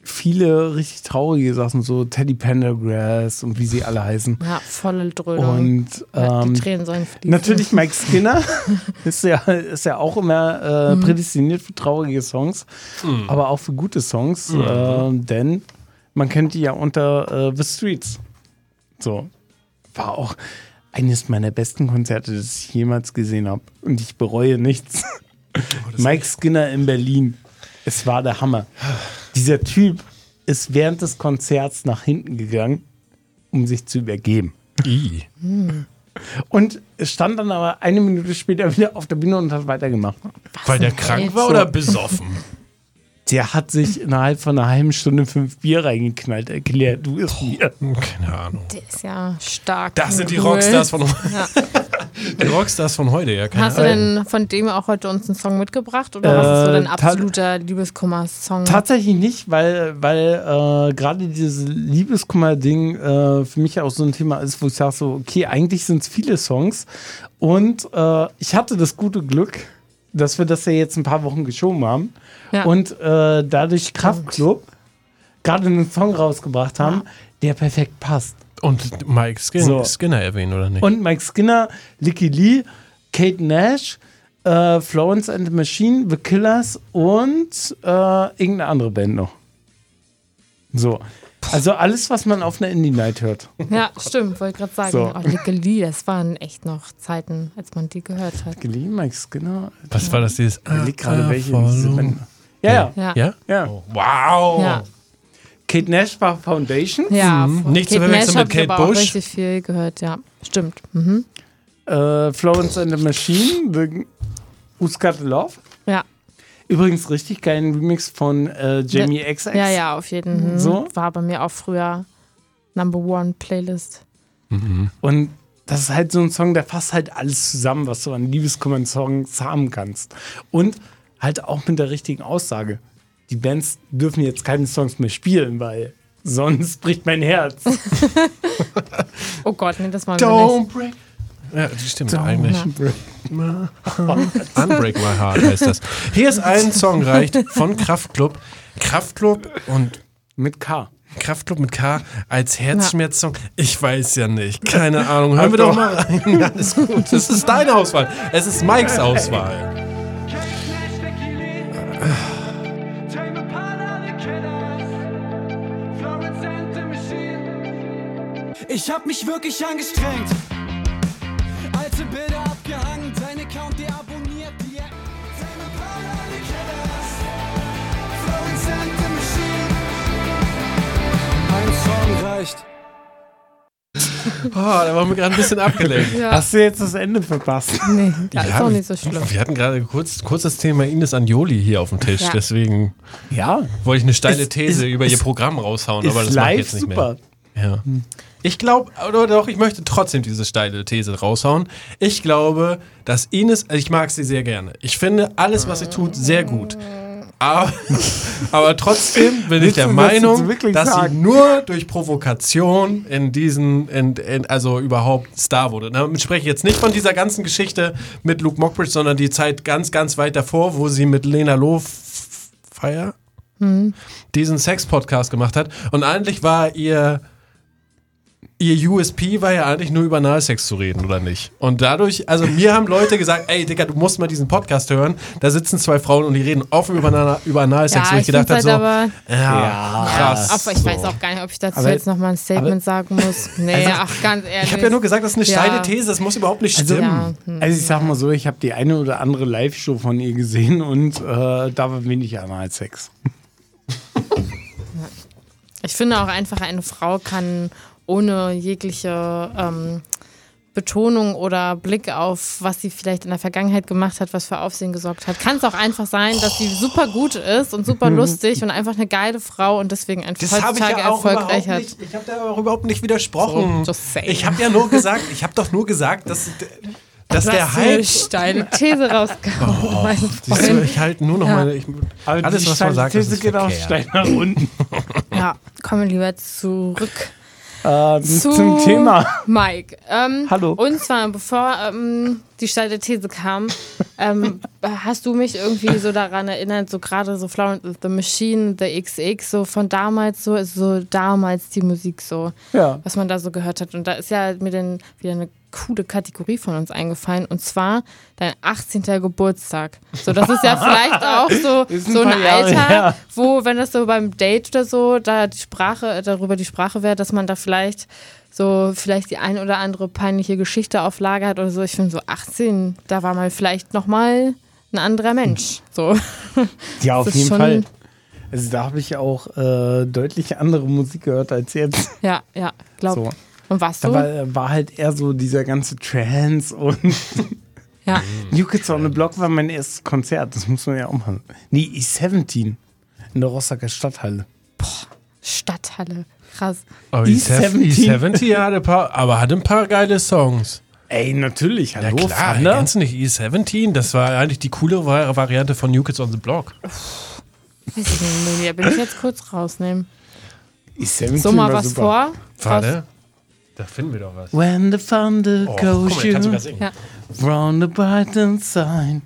D: viele richtig traurige Sachen, so Teddy Pendergrass und wie sie alle heißen.
B: Ja, volle Dröhnung.
D: Und
B: ja, halt die
D: ähm,
B: Tränen sollen fließen.
D: natürlich Mike Skinner ist, ja, ist ja auch immer äh, prädestiniert für traurige Songs, aber auch für gute Songs, äh, denn man kennt die ja unter äh, The Streets. So, war auch eines meiner besten Konzerte, das ich jemals gesehen habe. Und ich bereue nichts. Mike Skinner in Berlin. Es war der Hammer. Dieser Typ ist während des Konzerts nach hinten gegangen, um sich zu übergeben.
A: I.
D: Und es stand dann aber eine Minute später wieder auf der Bühne und hat weitergemacht.
A: Weil der krank war oder besoffen?
D: Der hat sich innerhalb von einer halben Stunde fünf Bier reingeknallt. Erklär du es mir.
A: Keine Ahnung.
B: Der ist ja stark.
A: Das sind die
B: cool.
A: Rockstars von heute. Die Rockstars von heute, ja. Keine
B: Hast du
A: Ahnung. Äh,
B: denn von dem auch heute uns einen Song mitgebracht? Oder was ist so dein
D: ta-
B: absoluter Liebeskummer-Song?
D: Tatsächlich nicht, weil, weil äh, gerade dieses Liebeskummer-Ding äh, für mich auch so ein Thema ist, wo ich sage so, okay, eigentlich sind es viele Songs. Und äh, ich hatte das gute Glück, dass wir das ja jetzt ein paar Wochen geschoben haben.
B: Ja.
D: Und äh, dadurch Kraftklub gerade einen Song rausgebracht haben, der perfekt passt.
A: Und Mike Skin
D: So.
A: Skinner erwähnen, oder nicht?
D: Und Mike Skinner, Licky Lee, Kate Nash, äh, Florence and the Machine, The Killers und äh, irgendeine andere Band noch. So. Also alles, was man auf einer Indie-Night hört.
B: ja, stimmt, wollte gerade sagen.
D: So.
B: Oh, Licke Lee, das waren echt noch Zeiten, als man die gehört hat.
D: Licky Lee, Mike Skinner.
A: Was war das, dieses?
D: Da liegt gerade
A: Ah,
D: welche in
A: follow-
D: diese Band. Ja, ja.
B: Ja.
A: Ja? Oh,
D: ja.
A: Wow!
B: Ja,
D: Kate Nash war Foundation.
B: ja
A: Mhm.
B: voll.
A: Nicht zu
B: Kate
A: verwechseln mit
B: Nash hab ich
A: Kate
B: aber
A: Bush.
B: Auch richtig viel gehört, ja. Stimmt. Mhm.
D: Äh, Florence and the Machine, The Who's Got the Love.
B: Ja.
D: Übrigens richtig geilen Remix von äh, Jamie XX.
B: ja, ja, auf jeden Fall.
D: So?
B: War bei mir auch früher Number One Playlist.
D: Und das ist halt so ein Song, der fasst halt alles zusammen, was du an Liebeskummer-Songs haben kannst. Und halt auch mit der richtigen Aussage. Die Bands dürfen jetzt keine Songs mehr spielen, weil sonst bricht mein Herz.
B: Oh Gott, nee, das war
A: Don't break. Ja, das stimmt eigentlich. Unbreak My Heart heißt das. Hier ist ein Song reicht von Kraftklub. Kraftklub und
D: Mit K.
A: Kraftklub mit K als Herzschmerzsong. Ich weiß ja nicht. Keine Ahnung. Hören wir doch mal rein. Ja, ist gut. Das ist deine Auswahl. Es ist Mikes Auswahl.
F: Ich hab mich wirklich angestrengt. Alte Bilder abgehangen, deine Count deabonniert, die App. Deine Paula, die Killers. Florence and the Machine. Ein Song reicht.
A: Oh, da waren wir gerade ein bisschen abgelenkt.
B: Ja.
D: Hast du jetzt das Ende verpasst?
B: Nee, ja, ist auch
A: wir-
B: nicht so schlimm.
A: Wir hatten gerade kurz, kurz das Thema Ines Anjoli hier auf dem Tisch.
B: Ja.
A: Deswegen
D: Ja,
A: wollte ich eine steile
D: Ist-
A: These
D: ist-
A: über ihr
D: ist-
A: Programm raushauen.
D: ist
A: aber das mache ich
D: live
A: jetzt nicht mehr.
D: super.
A: Ja. Ich glaube, oder doch, ich möchte trotzdem diese steile These raushauen. Ich glaube, dass Ines, also ich mag sie sehr gerne. Ich finde alles, was sie tut, sehr gut. Aber, aber trotzdem bin ich
D: Willst
A: der
D: du das jetzt
A: Meinung,
D: wirklich
A: dass sie
D: sagen?
A: nur durch Provokation in diesen, in, in, also überhaupt Star wurde. Damit spreche ich jetzt nicht von dieser ganzen Geschichte mit Luke Mockbridge, sondern die Zeit ganz, ganz weit davor, wo sie mit Lena Loh f- Feier diesen Sex-Podcast gemacht hat. Und eigentlich war ihr, ihr USP war ja eigentlich nur über Analsex zu reden, oder nicht? Und dadurch, also mir haben Leute gesagt, ey Digga, du musst mal diesen Podcast hören. Da sitzen zwei Frauen und die reden offen über, Anal- über Analsex, wo ich gedacht habe,
B: find's
A: so,
B: halt aber,
A: ja, krass.
B: aber ich
A: so.
B: weiß auch gar nicht, ob ich dazu
D: Aber-
B: jetzt nochmal ein Statement
D: aber-
B: sagen muss. Nee, ach, ganz ehrlich.
A: Also, Ich habe ja nur gesagt, das ist eine
B: Ja.
A: steile These, das muss überhaupt nicht stimmen.
B: Ja, hm.
D: Also ich sag mal so, ich habe die eine oder andere Live-Show von ihr gesehen und äh, da war wenig Analsex.
B: Ich finde auch einfach, eine Frau kann ohne jegliche ähm, Betonung oder Blick auf, was sie vielleicht in der Vergangenheit gemacht hat, was für Aufsehen gesorgt hat, kann es auch einfach sein, dass sie super gut ist und super lustig und einfach eine geile Frau und deswegen einfach
A: Mhm. Das habe ich
B: heutzutage
A: ja auch
B: erfolgreich
A: überhaupt
B: hat.
A: nicht, ich habe da auch überhaupt nicht widersprochen.
B: So, just saying.
A: ich habe ja nur gesagt, ich habe doch nur gesagt, dass, dass
B: Das
A: der
B: ist eine
A: Hype Oh,
B: steile These rausgehauen, mein
A: Siehst du,
B: Freund.
A: ich halte nur noch
B: Ja.
A: meine. Ich, alles,
D: die
A: was man
D: steile
A: sagt, das
D: These
A: ist
D: geht auch
A: verkehrt.
D: steil nach unten.
B: Ja, kommen wir lieber zurück
D: Ähm,
B: zu
D: zum Thema.
B: Mike. Ähm,
D: Hallo.
B: Und zwar, bevor ähm, die steile These kam, ähm, hast du mich irgendwie so daran erinnert, so gerade so Florence and the Machine, The XX, so von damals so, ist so damals die Musik so,
D: Ja.
B: was man da so gehört hat. Und da ist ja mir dann wieder eine coole Kategorie von uns eingefallen und zwar dein 18. Geburtstag. So, das ist ja vielleicht auch
D: Ist
B: so,
D: ein
B: so ein
D: paar Jahre
B: Alter,
D: her.
B: wo, wenn das so beim Date oder so, da die Sprache, darüber die Sprache wäre, dass man da vielleicht so vielleicht die ein oder andere peinliche Geschichte auf Lager hat oder so. Ich finde so 18, da war man vielleicht nochmal ein anderer Mensch. So.
D: Ja, auf
B: ist
D: jeden
B: schon-
D: Fall. Also da habe ich auch äh, deutlich andere Musik gehört als jetzt.
B: Ja, ja, glaub.
D: So.
B: Und warst
D: Da
B: du?
D: war, war halt eher so dieser ganze Trance und
B: ja.
D: New Kids on the Block war mein erstes Konzert. Das muss man ja auch machen. Nee, E17. E in der Rostocker Stadthalle.
B: Stadthalle. Krass.
A: Aber
D: Die
A: die 70,
D: 70.
A: E70 hatte ein paar, aber hatte ein paar geile Songs.
D: Ey, natürlich, hallo,
A: ja klar,
D: Fahnder.
A: kennst du nicht E17? Das war eigentlich die coole Vari- Variante von New Kids on the Block.
B: Weiß ich nicht, nee, da bin ich jetzt kurz rausnehmen.
D: Ist 17
B: So mal
D: E war
B: was
D: super.
B: vor.
A: Warte, da finden wir doch was.
D: When the thunder
A: Oh, guck
D: goes
A: mal, ich kann sogar
D: you
A: singen.
B: Ja.
D: round the brighten sign.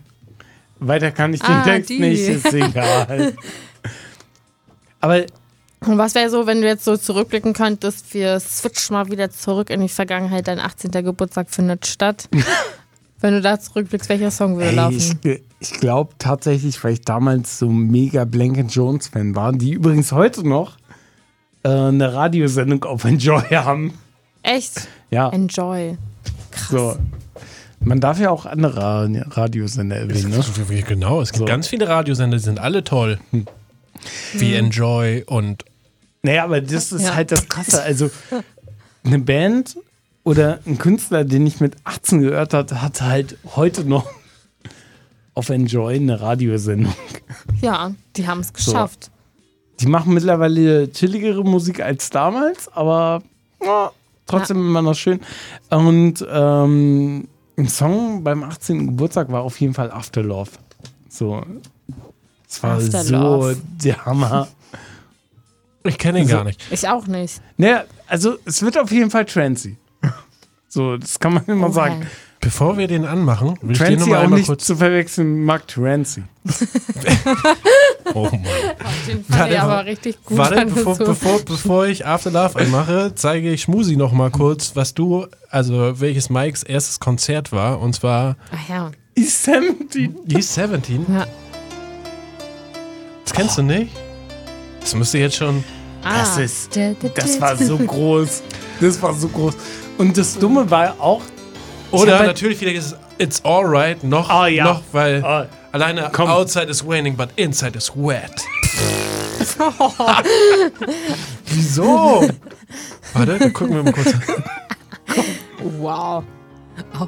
D: Weiter kann ich den
B: Ah,
D: Text
B: die.
D: nicht, ist egal. Aber
B: Und was wäre so, wenn du jetzt so zurückblicken könntest, wir switchen mal wieder zurück in die Vergangenheit, dein 18. Geburtstag findet statt. wenn du da zurückblickst, welcher Song würde
D: Ey, ich,
B: laufen?
D: ich glaube tatsächlich, weil ich damals so mega Blank Jones Fan war, die übrigens heute noch äh, eine Radiosendung auf Enjoy haben.
B: Echt?
D: Ja,
B: Enjoy.
D: so. Man darf ja auch andere Ra- Radiosender erwähnen, ne?
A: Genau, es gibt
D: So.
A: ganz viele Radiosender, die sind alle toll.
D: Hm.
A: Wie Enjoy und
D: Naja, aber das ist
B: Ja.
D: halt das Krasse. Also eine Band oder ein Künstler, den ich mit 18 gehört habe, hat halt heute noch auf Enjoy eine Radiosendung.
B: Ja, die haben es geschafft.
D: Die machen mittlerweile chilligere Musik als damals, aber ja, trotzdem immer noch schön. Und ähm, ein Song beim 18. Geburtstag war auf jeden Fall After Love. So. Es war
B: After
D: so
B: Love.
D: der Hammer.
A: ich kenne ihn
D: So.
A: gar nicht.
B: Ich auch nicht.
D: Naja, also es wird auf jeden Fall trancy. So, das kann man immer
B: Oha.
D: sagen.
A: Bevor wir den anmachen, will ich den
D: Trancy
A: nochmal
D: auch
A: einmal
D: nicht
A: kurz.
D: zu verwechseln mit Mark Trancy.
A: Oh Mann.
B: Den fand
A: Warte,
B: ich
A: wa-
B: aber richtig gut.
A: Warte,
B: an,
A: bevor,
B: so.
A: bevor, bevor ich After Love anmache, zeige ich Schmusi noch mal kurz, was du, also welches Mikes erstes Konzert war. Und zwar
B: Ach ja.
D: Ist Sam
A: die 17.
B: Ja.
A: Das kennst du nicht? Das müsste jetzt schon.
B: Ah.
D: Das ist- Das war so groß. Das war so groß. Und das Dumme war auch.
A: Oder
D: hab- halt-
B: halt
A: natürlich wieder dieses It's Alright noch,
D: Ah, ja.
A: noch weil
D: Ah,
A: alleine
D: komm.
A: Outside is raining, but inside is wet. Wieso? Warte, dann gucken wir mal kurz.
B: Wow. Oh.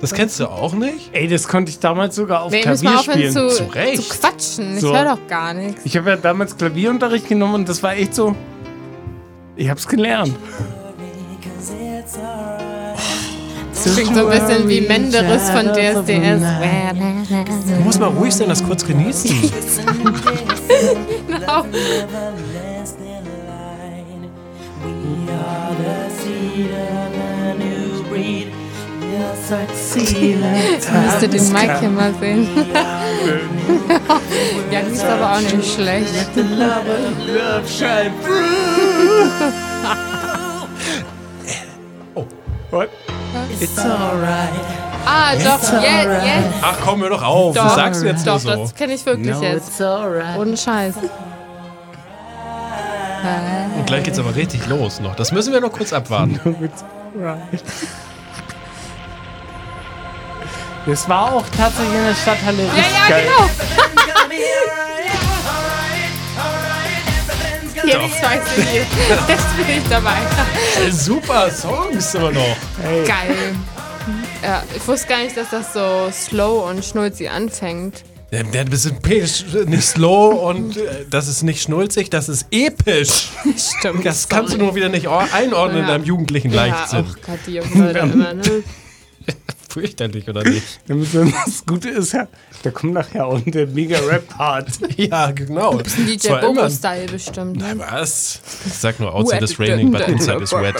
A: Das kennst du auch nicht?
D: Ey, das konnte ich damals sogar auf
B: Nee, müssen
D: Klavier
B: wir aufhören
D: spielen.
B: zu,
A: Zu Recht.
B: zu quatschen.
D: So.
B: Ich höre doch gar nichts.
D: Ich habe ja damals Klavierunterricht genommen und das war echt so. Ich hab's gelernt.
B: Das klingt so ein bisschen wie Menderes von DSDS.
A: Du musst mal ruhig sein, das kurz genießen.
B: Genau. Ich müsste den Mike hier mal sehen. ja, die ist aber auch nicht schlecht.
D: Oh, What?
B: Ah, doch, jetzt, jetzt.
A: Ach komm, hör doch auf.
B: Doch,
A: das sagst du jetzt
B: doch,
A: nur so.
B: das kenne ich wirklich jetzt. Ohne Scheiß.
A: Und gleich geht's aber richtig los noch. Das müssen wir noch kurz abwarten.
D: Das war auch tatsächlich in der Stadthalle.
B: Ja,
D: richtig
B: ja,
D: geil.
B: genau. Jetzt weiß ich nicht. Jetzt bin ich dabei.
A: Äh, Super Songs immer noch.
B: Geil. Ja, ich wusste gar nicht, dass das so slow und schnulzig anfängt.
A: Der, der ein bisschen pisch, nicht slow und äh, das ist nicht schnulzig, das ist episch.
B: Stimmt.
A: Das kannst du nur wieder nicht or- einordnen in
B: Ja.
A: deinem jugendlichen Leichtsinn.
B: Ja, auch gerade die Jungs heute immer, ne?
A: Fürchterlich, oder nicht?
D: Damit man- Das Gute ist ja, da kommt nachher auch der mega Rap-Part.
A: ja, genau.
B: DJ
A: Zwar immer-
B: Bobo-Style bestimmt. Ne?
A: Was? Ich sag nur, outside is raining, but inside is wet.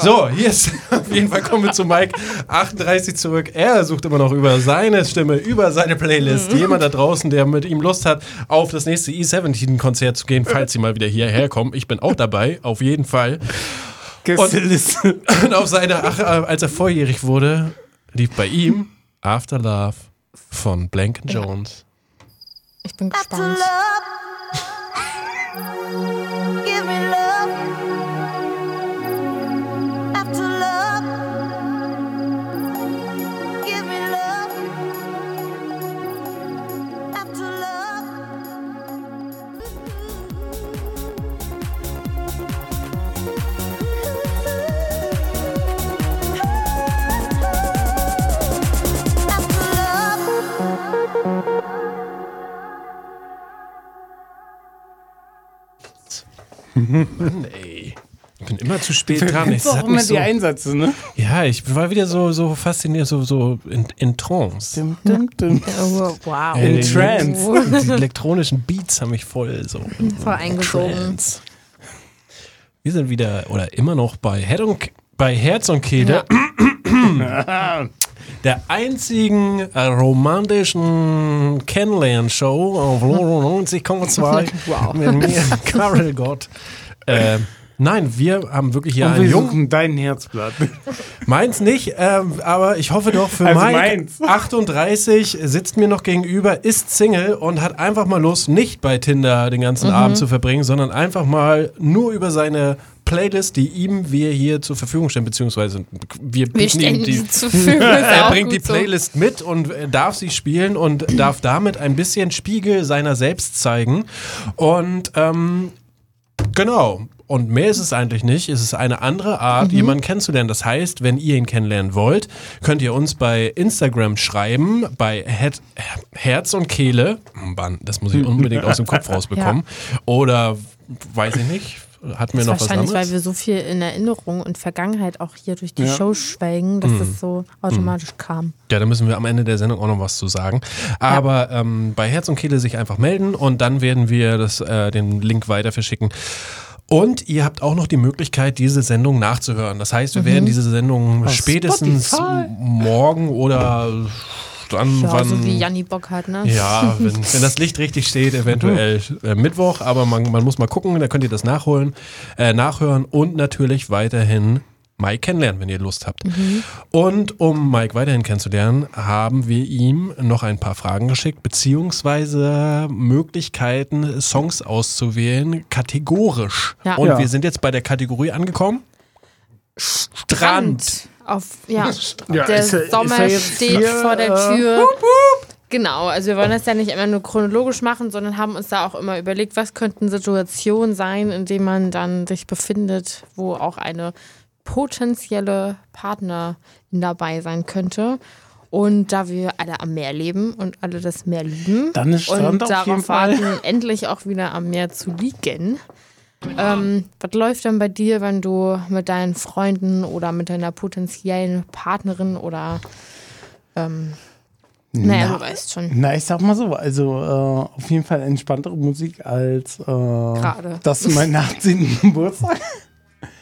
A: So, hier ist, auf jeden Fall kommen wir zu Mike 38 zurück. Er sucht immer noch über seine Stimme, über seine Playlist.
D: Mhm.
A: Jemand da draußen, der mit ihm Lust hat, auf das nächste E17-Konzert zu gehen, falls sie mal wieder hierher kommen. Ich bin auch dabei, auf jeden Fall.
D: Gästeliste.
A: Und auf seine, ach, äh, als er volljährig wurde, lief bei ihm After Love von Blank Jones.
B: Ich bin gespannt.
G: Give me love after love. Give me love after love. After love.
A: Mann, ey. Ich bin immer zu spät dran. Ich, das hat
D: Warum
A: mich
D: mit
A: so,
D: die Einsätze, ne?
A: ja, ich war wieder so, so fasziniert, so, so in, in Trance.
D: Dim, dim, dim.
B: Oh, wow.
A: Ey,
D: In
A: die-
D: Trance.
A: Die elektronischen Beats haben mich voll so.
B: Voll eingesogen.
A: Trance. Wir sind wieder oder immer noch bei, Head und, K- bei Herz und Kehle. Der einzigen äh, romantischen Kennenlern-Show auf 90,2
B: Wow.
A: mit mir, Karel Gott. Äh, nein, wir haben wirklich hier
D: Und
A: einen
D: wir
A: jungen.
D: suchen dein Herzblatt.
A: Meins nicht, ähm, aber ich hoffe doch für
D: Also
A: Mike.
D: meins.
A: 38 sitzt mir noch gegenüber, ist Single und hat einfach mal Lust, nicht bei Tinder den ganzen Abend zu verbringen, sondern einfach mal nur über seine Playlist, die ihm wir hier zur Verfügung stellen, beziehungsweise wir,
B: Wir
A: bieten ihm
B: stellen
A: die.
B: die zur Verfügung. ist
A: Er
B: auch
A: bringt die
B: gut
A: Playlist mit und äh, darf sie spielen und darf damit ein bisschen Spiegel seiner selbst zeigen. Und ähm, genau. Und mehr ist es eigentlich nicht. Es ist eine andere Art,
B: Mhm.
A: jemanden kennenzulernen. Das heißt, wenn ihr ihn kennenlernen wollt, könnt ihr uns bei Instagram schreiben, bei Head, Herz und Kehle. Hm, Mann, das muss ich unbedingt aus dem Kopf rausbekommen. Oder weiß ich nicht. Hat mir
B: Das
A: noch
B: ist
A: was
B: wahrscheinlich,
A: anderes?
B: weil wir so viel in Erinnerung und Vergangenheit auch hier durch die
D: Ja.
B: Show schwelgen,
A: Mhm.
B: dass es so automatisch kam.
A: Ja, da müssen wir am Ende der Sendung auch noch was zu sagen. Aber ähm, bei Herz und Kehle sich einfach melden und dann werden wir das, äh, den Link weiter verschicken. Und ihr habt auch noch die Möglichkeit, diese Sendung nachzuhören. Das heißt, wir
B: Mhm.
A: werden diese Sendung spätestens
D: Spotify.
A: morgen oder dann,
B: Ja,
A: wann.
B: so wie Janni Bock hat, ne?
A: Ja, wenn, wenn das Licht richtig steht, eventuell äh, Mittwoch, aber man, man muss mal gucken, da könnt ihr das nachholen, äh, nachhören und natürlich weiterhin Mike kennenlernen, wenn ihr Lust habt. Und um Mike weiterhin kennenzulernen, haben wir ihm noch ein paar Fragen geschickt, beziehungsweise Möglichkeiten, Songs auszuwählen, kategorisch.
B: Ja.
A: Und
D: Ja.
A: wir sind jetzt bei der Kategorie angekommen. Strand.
B: Auf, ja.
D: Ja,
B: der
D: ist er- ist er
B: Sommer
D: jetzt
B: steht
D: hier,
B: vor der
D: äh,
B: Tür. Genau, also wir wollen das ja nicht immer nur chronologisch machen, sondern haben uns da auch immer überlegt, was könnten Situationen sein, in denen man dann sich befindet, wo auch eine potenzielle Partnerin dabei sein könnte. Und da wir alle am Meer leben und alle das Meer lieben
D: Dann ist Strand
B: und
D: auf
B: darauf
D: jeden Fall.
B: warten, endlich auch wieder am Meer zu liegen, ähm, was läuft denn bei dir, wenn du mit deinen Freunden oder mit deiner potenziellen Partnerin oder ähm, naja, du weißt
A: Hm.
B: schon.
D: Na, ich sag mal so, also äh, auf jeden Fall entspanntere Musik als äh,
B: Gerade.
D: das mein 18. Geburtstag.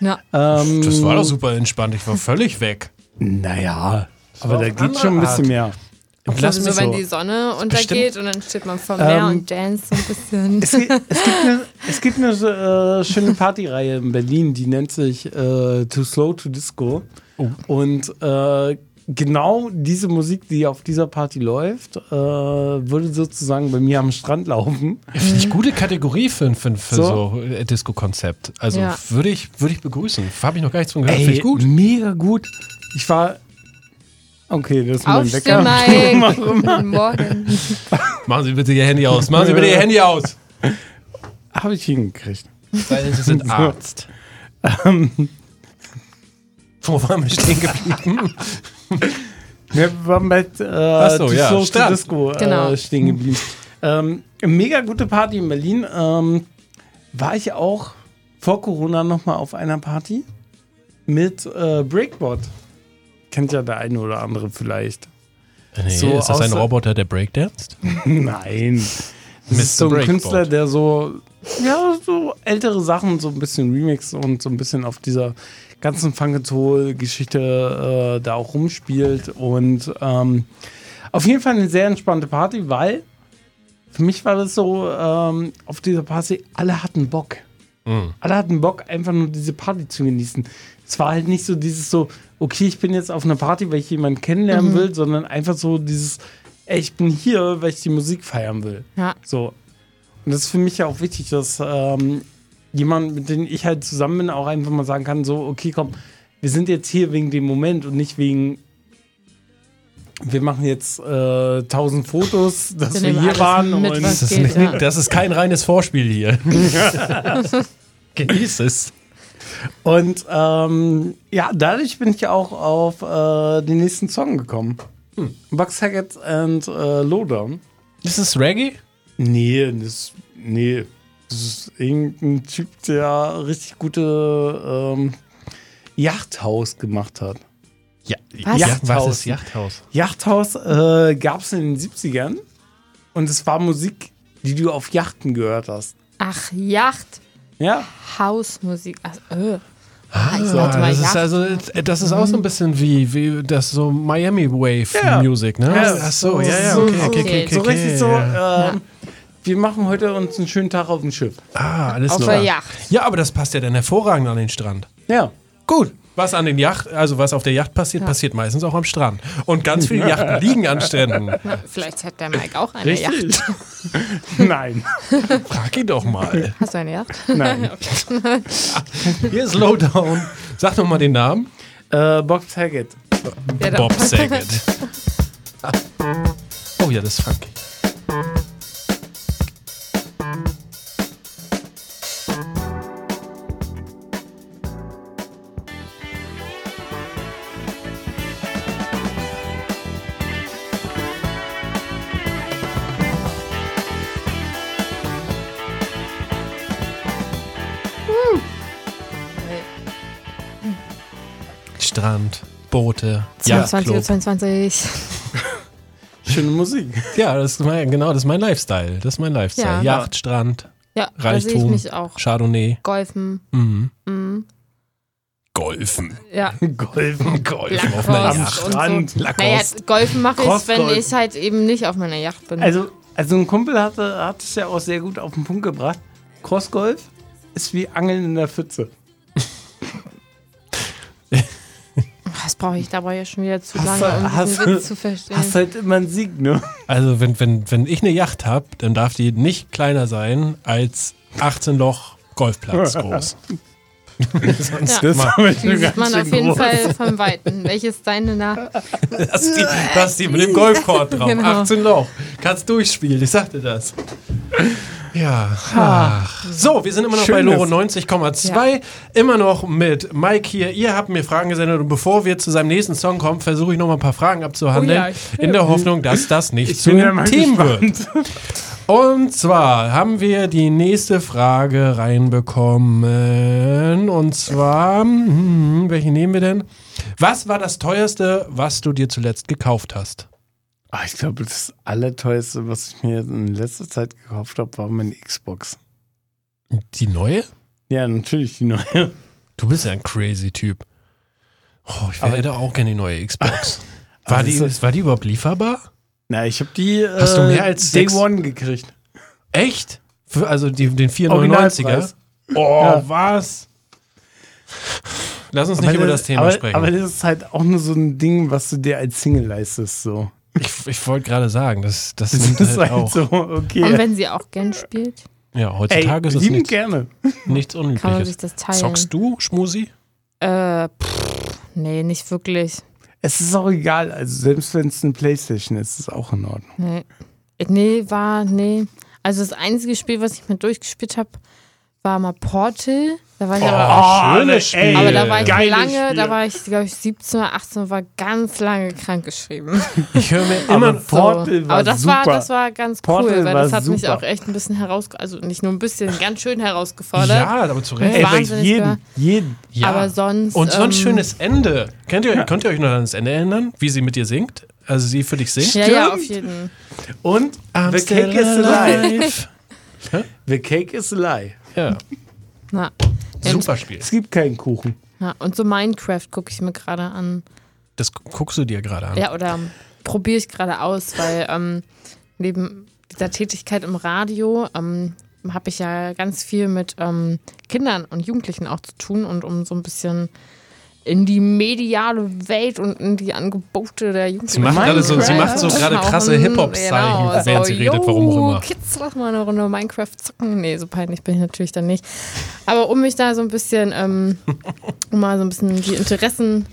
B: Ja.
D: Ähm,
A: Das war doch super entspannt, ich war völlig weg.
D: Naja, aber
A: war
D: da
A: auf
D: geht schon ein
A: andere
D: bisschen mehr.
A: Lass mich
B: Also so, wenn
A: so.
B: die Sonne untergeht und dann steht man vor dem Meer
D: Ähm,
B: und dance so ein bisschen.
D: Es gibt, es gibt eine, es gibt eine so, äh, schöne Partyreihe in Berlin, die nennt sich äh, Too Slow to Disco. Und äh, genau diese Musik, die auf dieser Party läuft, äh, würde sozusagen bei mir am Strand laufen.
A: Finde
B: Mhm.
A: ich gute Kategorie für, für, für so,
D: So.
A: äh, Disco-Konzept. Also
B: Ja.
A: würde ich, würde ich begrüßen. Habe ich noch gar nichts von gehört. Finde ich gut.
D: mega gut. Ich war. Okay, das ist mein
B: Aufstehen,
D: Wecker.
B: Mike. Guten Morgen.
A: Machen Sie bitte Ihr Handy aus. Machen Sie bitte Ihr Handy aus.
D: Habe ich hingekriegt.
A: Weil Sie sind Arzt. Wo waren wir stehen geblieben?
D: Wir waren bei äh,
A: so,
D: Too
A: ja,
D: Slow to
A: Strand.
D: Disco
B: Genau.
D: äh, stehen geblieben. Ähm, mega gute Party in Berlin. Ähm, war ich auch vor Corona nochmal auf einer Party mit äh, Breakbot. Kennt ja der eine oder andere vielleicht.
A: Nee,
D: So
A: ist das ein
D: außer-
A: Roboter, der breakdanced?
D: Nein. Das ist
A: Mr.
D: so ein
A: Breakbot.
D: Künstler, der so, ja, so ältere Sachen, so ein bisschen Remix und so ein bisschen auf dieser ganzen Funketol-Geschichte äh, da auch rumspielt. Und ähm, auf jeden Fall eine sehr entspannte Party, weil für mich war das so, ähm, auf dieser Party, alle hatten Bock. Alle hatten Bock, einfach nur diese Party zu genießen. Es war halt nicht so dieses so, okay, ich bin jetzt auf einer Party, weil ich jemanden kennenlernen will, sondern einfach so dieses, ey, ich bin hier, weil ich die Musik feiern will.
B: Ja.
D: So. Und das ist für mich ja auch wichtig, dass ähm, jemand, mit dem ich halt zusammen bin, auch einfach mal sagen kann, so, okay, komm, wir sind jetzt hier wegen dem Moment und nicht wegen, wir machen jetzt äh, tausend Fotos, dass
B: Wir
D: wir
B: nehmen
D: hier
B: alles
D: waren
B: mit,
D: und
B: was-
A: Das ist,
B: Geht,
A: nicht,
B: ja.
A: das ist kein reines Vorspiel hier. Genieß es.
D: Und ähm, ja, dadurch bin ich auch auf äh, den nächsten Song gekommen. Bugs Hackett and äh, Lowdown.
A: Ist es Reggae?
D: Nee, das, nee. Das ist irgendein Typ, der richtig gute ähm, Yachthaus gemacht hat.
A: Ja,
B: Was?
A: ja was
D: Yachthaus.
A: ist Yachthaus?
D: Yachthaus äh, gab es in den 70ern und es war Musik, die du auf Yachten gehört hast.
B: Ach, Yacht,
D: Ja,
B: Hausmusik. Ach, äh.
A: Ah,
B: ich dachte mal
A: das ist
B: Yacht.
A: also, das ist auch so ein bisschen wie, wie das so Miami Wave
D: Ja.
A: Music, ne?
D: Ja,
A: Ach so, ja, ja,
D: so-
A: okay, okay,
D: so-
A: okay, okay,
D: so richtig so.
A: ja.
D: ähm, Wir machen heute uns einen schönen Tag auf dem Schiff.
A: Ah, alles
B: Auf
A: klar.
B: der Yacht.
A: Ja, aber das passt ja dann hervorragend an den Strand.
D: Ja.
A: Gut. Was an den Yacht, also was auf der Yacht passiert, passiert meistens auch am Strand. Und ganz viele Yachten liegen an Stränden.
B: Na, vielleicht hat der Mike auch eine Yacht.
D: Richtig. Nein.
A: Frag ihn doch mal.
B: Hast du eine Yacht?
D: Nein.
A: Hier ist Lowdown. Sag doch mal den Namen.
D: äh, Bob Saget.
B: Ja, dann-
A: Bob Saget. Oh ja, das ist funky. Strand, Boote, ja,
B: 22 Uhr 22.
D: Schöne Musik.
A: ja, das ist mein, genau, das ist mein Lifestyle. Das ist mein Lifestyle.
B: Ja.
A: Yacht, Strand,
B: Ja, da sehe ich
A: Reichtum,
B: mich auch.
A: Chardonnay,
B: Golfen.
A: mhm.
B: Mhm.
A: Golfen.
B: Ja.
D: Golfen.
A: Golfen auf einer Yacht.
B: Lacrosse und
D: Strand,
B: so.
D: Lacrosse.
B: Naja, Golfen mache ich, wenn
D: Crossgolf.
B: ich halt eben nicht auf meiner Yacht bin.
D: Also, also ein Kumpel hatte, hat es ja auch sehr gut auf den Punkt gebracht. Crossgolf ist wie Angeln in der Pfütze.
B: das brauche ich dabei ja schon wieder zu
D: Hast
B: lange,
D: du-
B: um
D: hast
B: diesen
D: du-
B: Witz zu verstehen.
D: Hast halt immer einen Sieg, ne?
A: Also, wenn, wenn, wenn ich eine Yacht habe, dann darf die nicht kleiner sein als 18 Loch Golfplatz groß.
B: ja.
D: Das habe ich
B: Die sieht man auf jeden Fall vom Weiten. Welches deine nach?
A: Das ist die, das ist die mit dem Golfkorb drauf.
B: Genau.
A: 18 Loch. Kannst durchspielen, ich sagte das. Ja. Ach. So, wir sind immer noch
D: Schönes.
A: bei Loro 90,2. Immer noch mit Mike hier. Ihr habt mir Fragen gesendet und bevor wir zu seinem nächsten Song kommen, versuche ich nochmal ein paar Fragen abzuhandeln.
B: Oh ja, ich-
A: in der Hoffnung, dass das nicht
D: Ich
A: zu
D: bin ja
A: einem
D: mal
A: Thema wird.
D: gespannt.
A: Und zwar haben wir die nächste Frage reinbekommen. Und zwar, hm, welche nehmen wir denn? Was war das teuerste, was du dir zuletzt gekauft hast?
D: Ah, ich glaube, das Allerteuerste, was ich mir in letzter Zeit gekauft habe, war meine Xbox.
A: Die neue?
D: Ja, natürlich die neue.
A: Du bist ja ein crazy Typ. Oh, ich
D: Aber-
A: hätte auch gerne die neue Xbox.
D: Aber
A: War
D: das
A: die,
D: ist-
A: war die überhaupt lieferbar?
D: Na, ich habe die äh,
A: Hast du mehr als
D: Day
A: sechs-
D: One gekriegt.
A: Echt? Für, also die, den 499er?
D: Originalpreis.
A: Oh,
D: Ja.
A: was? Lass uns nicht über das Thema
D: äh, aber,
A: sprechen.
D: Aber das ist halt auch nur so ein Ding, was du dir als Single leistest. So.
A: ich ich wollte gerade sagen, das, das,
D: Das
A: nimmt
D: ist
A: halt
D: halt
A: auch.
D: so, okay.
B: Und wenn sie auch gern spielt,
A: Ja,
D: Ey,
A: heutzutage ist es
D: lieben
A: nichts,
D: gerne.
A: nichts
B: kann man sich
A: Unübliches.
B: das teilen.
A: Zockst du, Schmusi?
B: Äh, pff, nee, nicht wirklich.
D: Es ist auch egal. Also selbst wenn es eine Playstation ist, ist es auch in Ordnung.
B: Nee. Nee, war, nee. Also das einzige Spiel, was ich mal durchgespielt habe, war mal Portal. Da war ich aber,
A: schönes
D: ey,
A: Spiel.
B: Ah, ne, aber da war ich
D: Oh, Ah, geiles
B: lange, da
D: Spiel.
B: war ich, glaube ich, 17 oder 18 und war ganz lange krankgeschrieben.
A: Ich höre mir
D: Aber
A: immer.
D: Portal
B: so.
D: war
B: Aber das
D: super.
B: war das war ganz
D: Portal
B: cool, weil das
D: war
B: hat mich
D: super.
B: auch echt ein bisschen heraus, also nicht nur ein bisschen, ganz schön herausgefordert.
A: Ja, aber zu
D: Ey,
A: Recht.
D: bei
B: wahnsinnig
D: jedem,
B: geil.
D: jeden.
A: Ja.
B: Aber sonst.
A: Und so ein
B: ähm,
A: schönes Ende. Könnt ihr, könnt ihr euch noch an das Ende erinnern, wie sie mit dir singt? Also sie für dich singt?
B: Ja, ja, auf
D: Stimmt.
B: jeden.
D: Und The Cake is alive. The Cake is a Lie.
A: ja,
B: Na.
A: super Spiel.
D: Es gibt keinen Kuchen.
B: Ja, und so Minecraft gucke ich mir gerade an.
A: Das gu- guckst du dir gerade an.
B: Ja, oder probiere ich gerade aus, weil ähm, neben dieser Tätigkeit im Radio ähm, habe ich ja ganz viel mit ähm, Kindern und Jugendlichen auch zu tun und um so ein bisschen in die mediale Welt und in die Angebote der
A: Sie
B: Jugendlichen.
A: macht gerade so, sie
D: Minecraft.
A: macht so gerade krasse Hip-Hop-Zeichen, während sie redet, warum auch immer.
B: Genau, Kids, lass mal eine Runde Minecraft zocken. Nee, so peinlich bin ich natürlich dann nicht. Aber um mich da so ein bisschen, ähm, um mal so ein bisschen die Interessen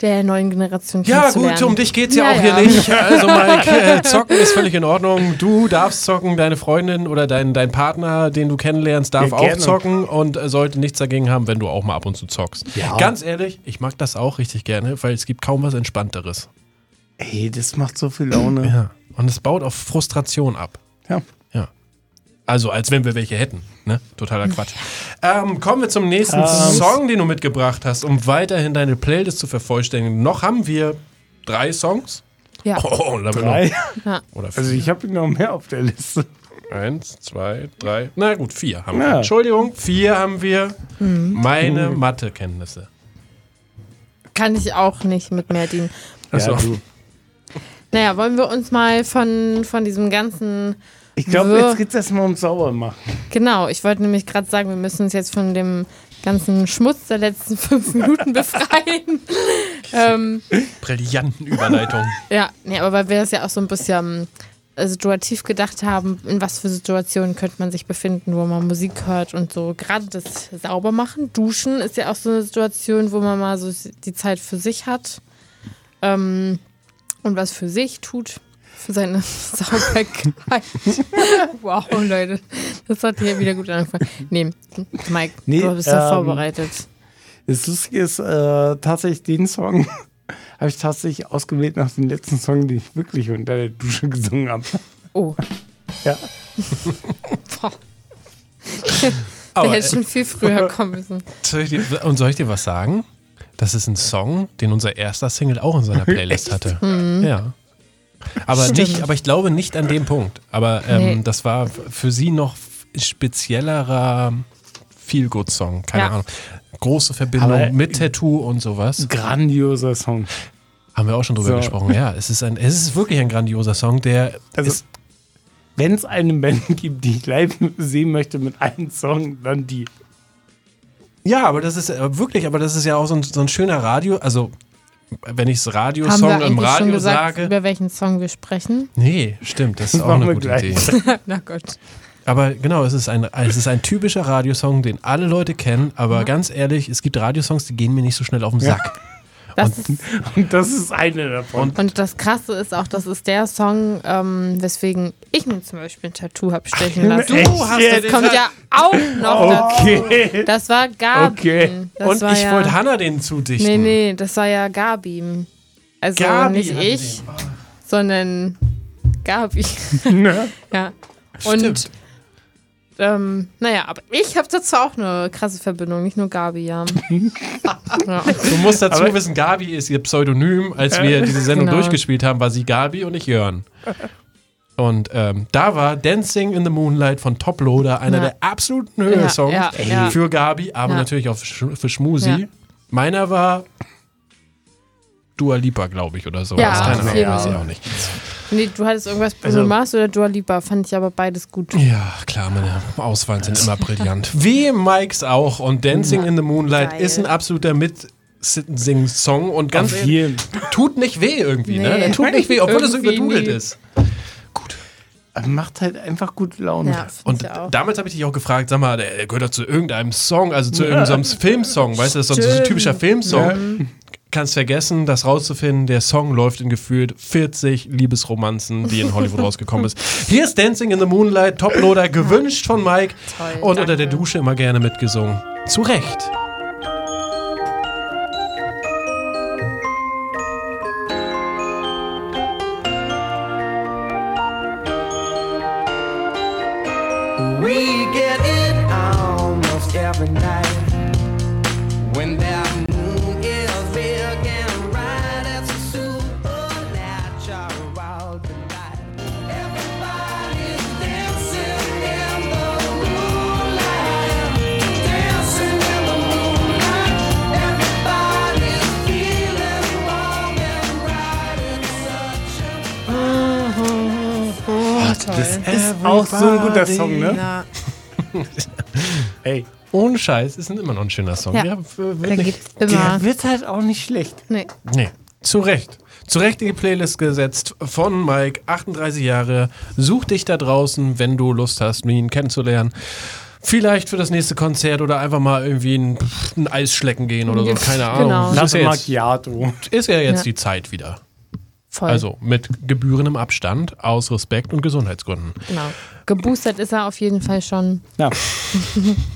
B: der neuen Generation
A: Ja,
B: kennenzulernen.
A: gut, um dich geht's ja,
B: Ja,
A: auch
B: ja.
A: hier nicht. Also, Mike, äh, zocken ist völlig in Ordnung. Du darfst zocken, deine Freundin oder dein, dein Partner, den du kennenlernst, darf
D: Ja,
A: auch
D: gerne.
A: zocken und äh, sollte nichts dagegen haben, wenn du auch mal ab und zu zockst.
D: Ja.
A: Ganz ehrlich, ich mag das auch richtig gerne, weil es gibt kaum was Entspannteres.
D: Ey, das macht so viel Laune. Genau.
A: Ja. Und es baut auf Frustration ab.
D: Ja.
A: Ja. Also als wenn wir welche hätten. Ne? Totaler Quatsch. Ähm, kommen wir zum nächsten Song, den du mitgebracht hast, um weiterhin deine Playlist zu vervollständigen. Noch haben wir drei Songs.
B: Ja.
A: Oh, Level
D: Drei.
A: Up. Oder vier.
D: Also ich habe noch mehr auf der Liste.
A: Eins, zwei, drei. Na gut, vier haben wir.
D: Ja. Mhm. Uh.
A: Entschuldigung, vier haben wir. Meine Mathekenntnisse.
B: Kann ich auch nicht mit mehr dienen.
A: Also,
D: Ja, du.
B: Naja, wollen wir uns mal von, von diesem ganzen.
D: Ich glaube,
B: So.
D: jetzt geht es erstmal ums Saubermachen.
B: Genau, ich wollte nämlich gerade sagen, wir müssen uns jetzt von dem ganzen Schmutz der letzten fünf Minuten befreien. ähm,
A: brillanten Überleitung.
B: ja, nee, aber weil wir das ja auch so ein bisschen äh, situativ gedacht haben, in was für Situationen könnte man sich befinden, wo man Musik hört und so. Gerade das Saubermachen, Duschen ist ja auch so eine Situation, wo man mal so die Zeit für sich hat ähm, und was für sich tut. Für seine Sauberkeit. wow, Leute. Das hat hier wieder gut angefangen. Nee, Mike,
D: Nee,
B: du bist ja
D: ähm,
B: vorbereitet.
D: Das Lustige ist äh, tatsächlich den Song. Habe ich tatsächlich ausgewählt nach dem letzten Song, den ich wirklich unter der Dusche gesungen habe.
B: Oh,
D: Ja.
B: boah. Der
A: Aber, äh,
B: hätte schon viel früher kommen müssen.
A: soll ich dir, und soll ich dir was sagen? Das ist ein Song, den unser erster Single auch in seiner Playlist hatte.
D: Mhm.
A: Ja. Aber, nicht, aber ich glaube nicht an dem Punkt. Aber ähm,
B: Nee.
A: das war f- für sie noch f- speziellerer Feelgood-Song. Keine
B: Ja.
A: Ahnung. Große Verbindung
D: Aber-
A: mit Tattoo und sowas.
D: Grandioser Song.
A: Haben wir auch schon drüber
D: So.
A: gesprochen. Ja, es ist, ein, es ist wirklich ein grandioser Song, der
D: Also,
A: ist
D: Wenn es eine Band gibt, die ich live sehen möchte mit einem Song, dann die.
A: Ja, aber das ist äh, wirklich, aber das ist ja auch so ein, so ein schöner Radio, also wenn ich es
B: Haben wir
A: Radiosong
B: eigentlich
A: im Radio
B: schon gesagt,
A: sage.
B: über welchen Song wir sprechen?
A: Nee, stimmt, das ist auch
D: machen
A: eine
D: wir
A: gute
D: gleich.
A: Idee.
B: Na Gott.
A: Aber genau, es ist ein, es ist ein typischer Radiosong, den alle Leute kennen, aber ganz ehrlich, es gibt Radiosongs, die gehen mir nicht so schnell auf den Sack.
B: Das ist,
D: Und das ist eine davon.
B: und das Krasse ist auch, das ist der Song, ähm, weswegen ich mir zum Beispiel ein Tattoo habe stechen lassen.
D: Echt
A: hast
D: jetzt?
A: dir
B: Das kommt ja auch noch dazu.
D: okay.
B: Das war Gabi.
D: Okay.
B: Das
A: Und
B: war
A: ich
B: ja,
A: wollte Hannah den zudichten.
B: Nee, nee, das war ja Gabi. Also
A: Gabi
B: nicht
A: hatte
B: ich, sondern Gabi.
D: ne?
B: ja. Und
A: Stimmt.
B: ähm, naja, aber ich habe dazu auch eine krasse Verbindung, nicht nur Gabi, ja. ja.
A: Du musst dazu wissen, Gabi ist ihr Pseudonym. Als wir diese Sendung
B: Genau.
A: durchgespielt haben, war sie Gabi und ich Jörn. Und ähm, da war Dancing in the Moonlight von Toploader einer
B: Ja.
A: der absoluten Höhe-Songs
B: Ja, ja, ja.
A: für Gabi, aber
B: Ja.
A: natürlich auch für, Sch- für Schmusi.
B: Ja.
A: Meiner war Dua Lipa, glaube ich, oder so.
B: Ja,
A: keine Ahnung,
B: auf jeden
A: weiß ich
B: Fall.
A: auch nicht.
B: Nee, du hattest irgendwas Bruno
D: Also-
B: Mars oder Dua Lipa, fand ich aber beides gut.
A: Ja, klar, meine Auswahlen sind immer brillant. Wie Mike's auch. Und Dancing in the Moonlight
B: Geil.
A: ist ein absoluter Mitsing-Song und ganz
D: Auf jeden,
A: tut nicht weh irgendwie, ne?
B: Nee.
A: Der tut nicht weh, obwohl das so
B: Irgendwie
A: überdudelt
B: nie.
A: ist. Gut.
D: macht halt einfach gut Laune.
B: Ja,
A: Und
B: und ich auch.
A: damals habe ich dich auch gefragt, sag mal, der gehört doch zu irgendeinem Song, also zu irgendeinem Filmsong, weißt du, das ist so ein
B: Stimmt.
A: typischer Filmsong. Kannst vergessen, das rauszufinden, der Song läuft in gefühlt 40 Liebesromanzen, die in Hollywood rausgekommen ist. Hier ist Dancing in the Moonlight, Toploader, gewünscht von Mike
B: Toll,
A: und unter
B: danke. Oh,
A: der Dusche immer gerne mitgesungen. Zu Recht.
F: We get it almost every night. When that moon is big and bright, it's a supernatural wild delight. Everybody's dancing in the moonlight. Dancing in the moonlight. Everybody's feeling warm and bright. It's such a
A: Das ist
D: Auch so ein guter Song, ne? Ey,
A: Ohne Scheiß, ist immer noch ein schöner Song.
B: Ja.
A: für-
B: Da
A: wirklich.
B: gibt's immer.
D: der wird halt auch nicht schlecht.
B: Nee.
A: Nee, zu Recht. Zu Recht in die Playlist gesetzt von Mike, 38 Jahre. Such dich da draußen, wenn du Lust hast, ihn kennenzulernen. Vielleicht für das nächste Konzert oder einfach mal irgendwie ein, ein Eis schlecken gehen oder so. Keine Ahnung.
B: Genau.
A: Das ist
D: Latte
A: ja jetzt,
D: Macchiato.
A: ist ja jetzt
B: Ja.
A: die Zeit wieder.
B: Voll.
A: Also mit gebührendem Abstand, aus Respekt und Gesundheitsgründen.
B: Genau. Geboostert ist er auf jeden Fall schon.
D: Ja,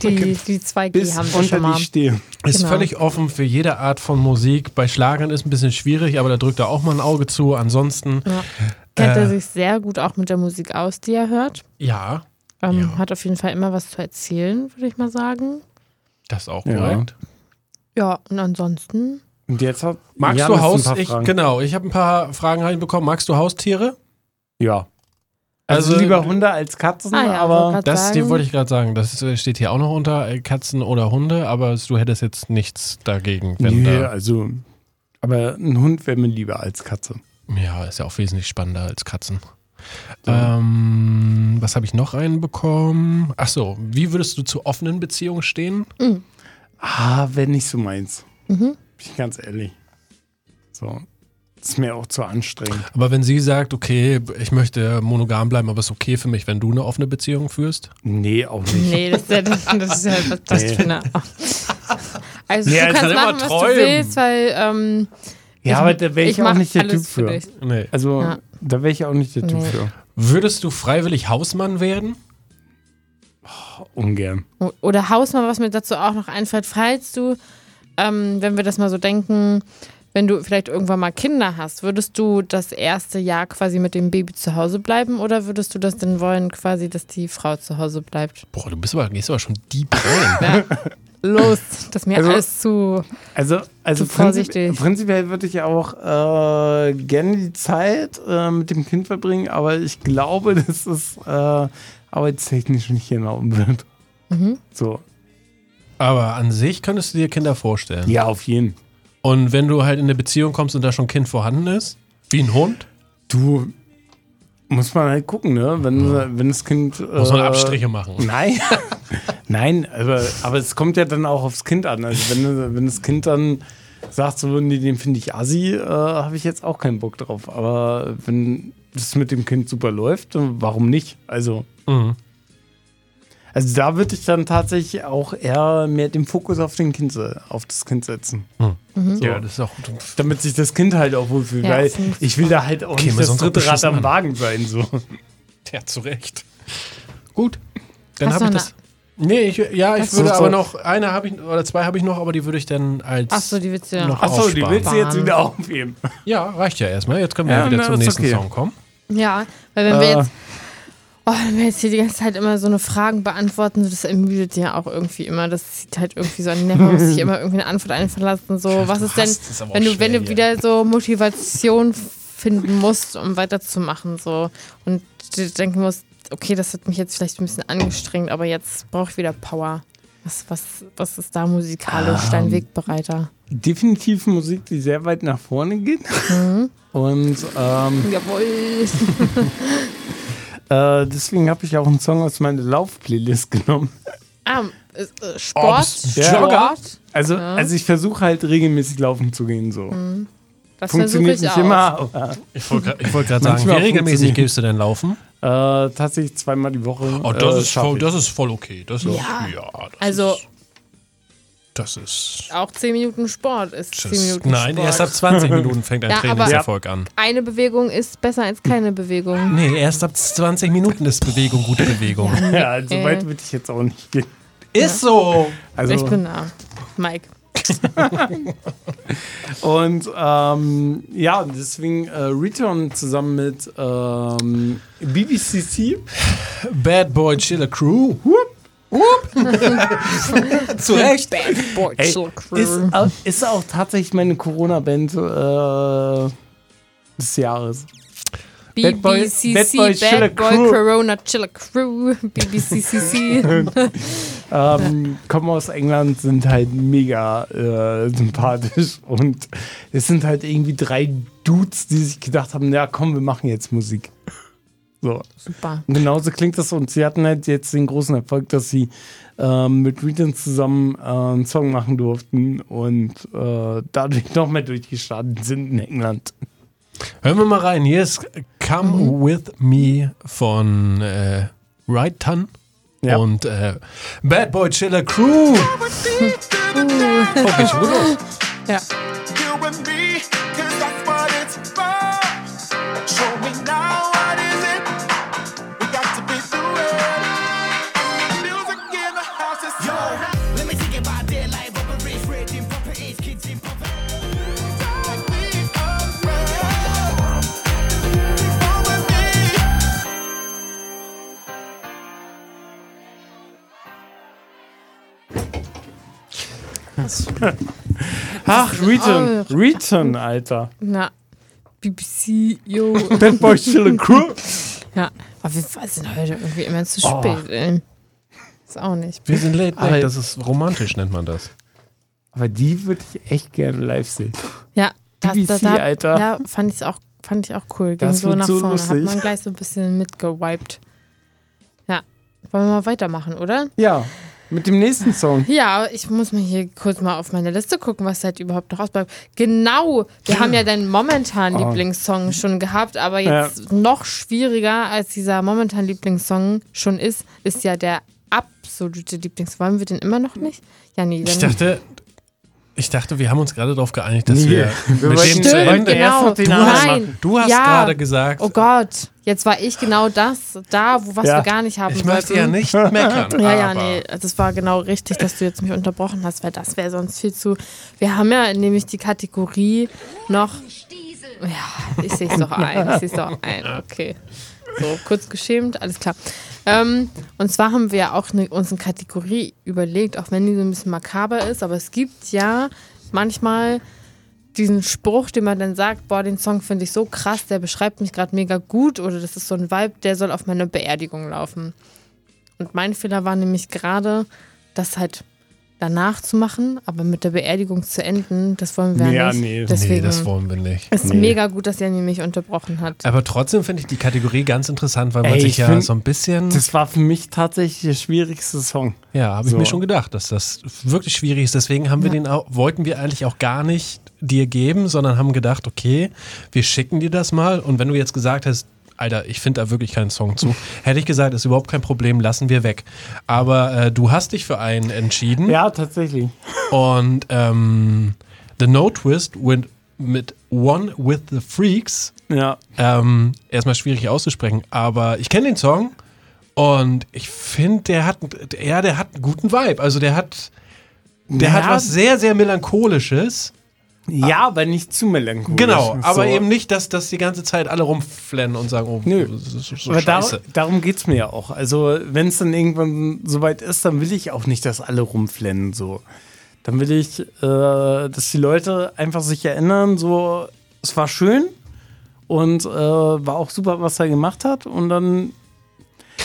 B: Die, die 2G
D: bis
B: haben wir schon
D: unter
B: mal.
D: die Stirn.
A: Ist
B: Genau.
A: völlig offen für jede Art von Musik. Bei Schlagern ist ein bisschen schwierig, aber da drückt er auch mal ein Auge zu. Ansonsten,
B: Kennt er sich sehr gut auch mit der Musik aus, die er hört.
A: ja,
B: Ähm,
A: Ja.
B: Hat auf jeden Fall immer was zu erzählen, würde ich mal sagen.
A: Das ist auch
D: Ja.
A: korrekt.
B: Ja, und ansonsten.
D: Und jetzt hat
A: Magst
D: Jan
A: du
D: jetzt ein
A: Haus?
D: paar
A: Ich,
D: Fragen.
A: genau, ich habe ein paar Fragen reinbekommen. Magst du Haustiere?
D: Ja. Also,
A: Also-
D: lieber Hunde als Katzen,
B: Ah ja, wollte
D: aber
B: grad
A: Das
B: sagen,
A: die wollte ich gerade sagen. Das äh, steht hier auch noch unter äh, Katzen oder Hunde, aber es- du hättest jetzt nichts dagegen, wenn
D: nee,
A: da.
D: also aber ein Hund wäre mir lieber als Katze.
A: Ja, ist ja auch wesentlich spannender als Katzen. Ähm, was habe ich noch reinbekommen? Ach so, wie würdest du zu offenen Beziehungen stehen?
D: Ah, wenn nicht so meins.
B: Mhm.
D: Bin ich ganz ehrlich. So. Ist mir auch zu anstrengend.
A: Aber wenn sie sagt, okay, ich möchte monogam bleiben, aber es ist okay für mich, wenn du eine offene Beziehung führst?
D: Nee, auch nicht.
B: Nee, das ist ja, das, das ist ja was das
D: Nee.
B: für eine. Also,
A: Nee,
B: du
A: es
B: kannst
A: kann immer
B: machen, was du
A: träumen.
B: willst, weil. Ähm,
D: ja, aber da wäre ich, auch
B: mach
D: nicht der
B: alles
D: Typ für.
B: dich.
A: Nee.
D: Also,
B: Ja.
D: da wäre ich auch nicht der Typ
B: Nee.
D: für.
A: Würdest du freiwillig Hausmann werden?
D: Ungern.
B: O- Oder Hausmann, was mir dazu auch noch einfällt, falls du, ähm, wenn wir das mal so denken, wenn du vielleicht irgendwann mal Kinder hast, würdest du das erste Jahr quasi mit dem Baby zu Hause bleiben oder würdest du das denn wollen, quasi, dass die Frau zu Hause bleibt?
A: Boah, du bist aber, gehst aber schon deep rein.
B: Los, das ist mir
D: Also-
B: alles zu.
D: Also, also
B: Zu vorsichtig.
D: prinzip- prinzipiell würde ich ja auch äh, gerne die Zeit äh, mit dem Kind verbringen, aber ich glaube, dass es äh, arbeitstechnisch nicht hinhauen wird.
B: Mhm.
D: So.
A: aber an sich könntest du dir Kinder vorstellen.
D: Ja, auf jeden.
A: Und wenn du halt in eine Beziehung kommst und da schon ein Kind vorhanden ist, wie ein Hund,
D: Du muss man halt gucken, ne? Wenn, wenn das Kind.
A: muss man
D: äh,
A: Abstriche machen.
D: Nein, nein, aber, aber es kommt ja dann auch aufs Kind an. Also wenn, wenn das Kind dann sagt, so, nee, den finde ich assi, äh, habe ich jetzt auch keinen Bock drauf. Aber wenn das mit dem Kind super läuft, dann warum nicht? Also,
A: Mhm.
D: also da würde ich dann tatsächlich auch eher mehr den Fokus auf, den kind, se- auf das Kind setzen.
A: So. Ja, das ist auch.
D: Damit sich das Kind halt auch wohlfühlt,
B: Ja,
D: weil
B: das ist-
D: ich will da halt auch
A: Käme
D: nicht das
A: sonst auch
D: dritte Rad
A: beschissen
D: am
A: an.
D: Wagen sein. So.
A: Ja, zu Recht. Gut. Dann
B: Hast
A: habe ich
B: du
A: das. Nee, ich, ja, ich
B: Hast
A: würde
D: du-
A: aber noch, eine habe ich, oder zwei habe ich noch, aber die würde ich dann als.
B: Ach so, die willst du ja
A: noch
B: noch.
D: Achso, die
A: aufsparen.
D: willst du jetzt
B: Bahn.
D: wieder aufheben.
A: Ja, reicht ja erstmal. Jetzt können wir
D: Ja,
A: wieder
D: na,
A: zum
D: ist
A: nächsten
D: okay.
A: Song kommen.
B: Ja, weil wenn wir
D: Äh.
B: jetzt. Oh, wenn wir jetzt hier die ganze Zeit immer so eine Fragen beantworten, das ermüdet ja auch irgendwie immer. Das zieht halt irgendwie so an die Nerven. Man muss sich immer irgendwie eine Antwort einfallen lassen. So, was ist denn,
A: hast es aber auch
B: wenn du, wenn
A: schwer
B: du
A: hier.
B: wieder so Motivation finden musst, um weiterzumachen, so und du denken musst, okay, das hat mich jetzt vielleicht ein bisschen angestrengt, aber jetzt brauche ich wieder Power. Was, was, was ist da musikalisch
D: Ähm.
B: dein Wegbereiter?
D: definitiv Musik, die sehr weit nach vorne geht.
B: Mhm.
D: Und ähm,
B: Jawohl.
D: äh, deswegen habe ich auch einen Song aus meiner Lauf-Playlist genommen.
B: ah, ist, äh, Sport,
A: bist
D: du Jogger?
B: Sport.
D: Also,
B: Ja. Mhm.
D: also ich versuche halt regelmäßig laufen zu gehen. So.
B: Das versuche
D: Funktioniert
B: ich
D: nicht
B: auch.
D: immer, aber
A: Ich wollte gerade wollt grad sagen, wie
D: Manchmal
A: regelmäßig
D: funktioniert-
A: gehst du denn laufen?
D: äh, tatsächlich zweimal die Woche.
A: Oh, das,
D: äh,
A: ist
D: schaff
A: voll,
D: ich.
A: das ist voll okay. Das ist,
B: Ja.
A: das
B: Also
A: Ist, das ist.
B: auch 10 Minuten Sport ist 10
A: Das,
B: Minuten
A: nein,
B: Sport.
A: erst ab 20 Minuten fängt ein
B: Ja, aber-
A: Trainingserfolg an.
B: Eine Bewegung ist besser als keine Bewegung.
A: Nee, erst ab 20 Minuten ist Bewegung gute Bewegung.
D: Ja, also
B: Äh.
D: weit würde ich jetzt auch nicht gehen.
A: Ist so.
D: Also,
B: Ich bin da. Mike.
D: und ähm, ja, deswegen äh, Return zusammen mit ähm, BBCC.
A: Bad Boy Chiller Crew. Whoop. Whoop. Zu Recht.
B: Boy,
D: Ey,
B: so cool.
D: Ist, au- ist auch tatsächlich meine Corona-Band äh, des Jahres. Bad Boy-
B: BBCC,
D: Bad Boy Chiller
B: Bad Boy
D: Crew.
B: Corona Chiller Crew, BBCCC.
D: Ähm, Kommen aus England, sind halt mega äh, sympathisch und es sind halt irgendwie drei Dudes, die sich gedacht haben, na komm, wir machen jetzt Musik. So.
B: Super.
D: Und genauso klingt das und sie hatten halt jetzt den großen Erfolg, dass sie ähm, mit Reading zusammen äh, einen Song machen durften und äh, dadurch noch mehr durchgestartet sind in England.
A: Hören wir mal rein. Hier ist Come
D: Mhm.
A: With Me von äh, Right Ton
D: Ja.
A: und äh, Bad Boy Chiller Crew. Guck ich gut aus.
B: Ja.
H: you and me, cause that's what it's for. Show me now what is it? We got to be through it. Music in the house is Yo, let me take it by daylight, proper rich, red in proper age, kids in proper. Take me around. Follow me.
D: Ach, Return.
B: Ach.
D: Return, Alter.
B: Na, BBC, yo.
D: Bad Boy Chiller Crew.
B: ja, aber wir sind heute irgendwie immer zu
D: Oh.
B: spät, ey. Ist auch nicht.
A: Wir sind late
D: Aber-
A: night, das ist romantisch, nennt man das.
D: Aber die würde ich echt gerne live sehen.
B: Ja, das,
D: BBC,
B: das, da,
D: Alter.
B: Ja, fand ich auch, fand ich auch cool. Ging
D: Das
B: so
D: wird
B: nach
D: so
B: vorne.
D: lustig.
B: Hat man gleich so ein bisschen mitgewiped. Ja. Wollen wir mal weitermachen, oder?
D: Ja, mit dem nächsten Song.
B: Ja, ich muss mal hier kurz mal auf meine Liste gucken, was halt überhaupt noch ausbleibt. Genau, wir haben ja deinen momentanen
D: Oh.
B: Lieblingssong schon gehabt, aber jetzt noch schwieriger als dieser momentan Lieblingssong schon ist, ist ja der absolute Lieblings. Wollen wir den immer noch nicht? Ja, nee,
A: Ich
B: dann
A: dachte, ich dachte, wir haben uns gerade darauf geeinigt, dass
D: Nee.
A: wir,
D: Wir
A: mit
D: wollten-
A: dem zu
D: Stimmt,
A: Ende.
D: genau. erst noch den
A: Du
D: anderen
A: hast,
B: Nein.
A: du hast
B: Ja.
A: gerade gesagt,
B: Oh Gott, jetzt war ich genau das, da, wo was
D: Ja.
B: wir gar nicht haben
A: ich möchte ja
B: wollten.
A: nicht meckern.
B: Ja, ja,
A: aber
B: nee, das war genau richtig, dass du jetzt mich unterbrochen hast, weil das wäre sonst viel zu. Wir haben ja nämlich die Kategorie noch. Ja, ich sehe es doch ein, ich sehe es doch ein, okay. So, kurz geschämt, alles klar. Ähm, und zwar haben wir ja auch ne, uns eine Kategorie überlegt, auch wenn die so ein bisschen makaber ist, aber es gibt ja manchmal diesen Spruch, den man dann sagt, boah, den Song finde ich so krass, der beschreibt mich gerade mega gut oder das ist so ein Vibe, der soll auf meine Beerdigung laufen. Und mein Fehler war nämlich gerade, das halt danach zu machen, aber mit der Beerdigung zu enden, das wollen wir
D: Ja,
B: ja nicht.
D: nee. Nee,
B: Deswegen
A: nee, das wollen wir nicht.
B: ist mega gut, dass Janni mich unterbrochen hat.
A: Aber trotzdem finde ich die Kategorie ganz interessant, weil man
D: Ey, ich
A: sich ja
D: find-
A: so ein bisschen.
D: Das war für mich tatsächlich der schwierigste Song.
A: ja, habe ich
D: so.
A: mir schon gedacht, dass das wirklich schwierig ist. Deswegen haben wir den auch, wollten wir eigentlich auch gar nicht dir geben, sondern haben gedacht, okay, wir schicken dir das mal. Und wenn du jetzt gesagt hast, Alter, ich finde da wirklich keinen Song zu, hätte ich gesagt, ist überhaupt kein Problem, lassen wir weg. Aber äh, du hast dich für einen entschieden.
D: Ja, tatsächlich.
A: Und ähm, The No Twist with, mit One with the Freaks.
D: Ja.
A: Ähm, erstmal schwierig auszusprechen, aber ich kenne den Song und ich finde, der hat, ja, der hat einen guten Vibe. Also der hat, der
D: ja,
A: hat was sehr, sehr melancholisches.
D: Ja, aber nicht zu melancholisch.
A: Genau,
D: So.
A: aber eben nicht, dass, dass die ganze Zeit alle rumflennen und sagen, oh,
D: Nö.
A: das ist so
D: Aber dar
A: scheiße.
D: darum geht es mir ja auch. Also, wenn es dann irgendwann soweit ist, dann will ich auch nicht, dass alle rumflennen. So. Dann will ich, äh, dass die Leute einfach sich erinnern, so, es war schön und äh, war auch super, was er gemacht hat. Und dann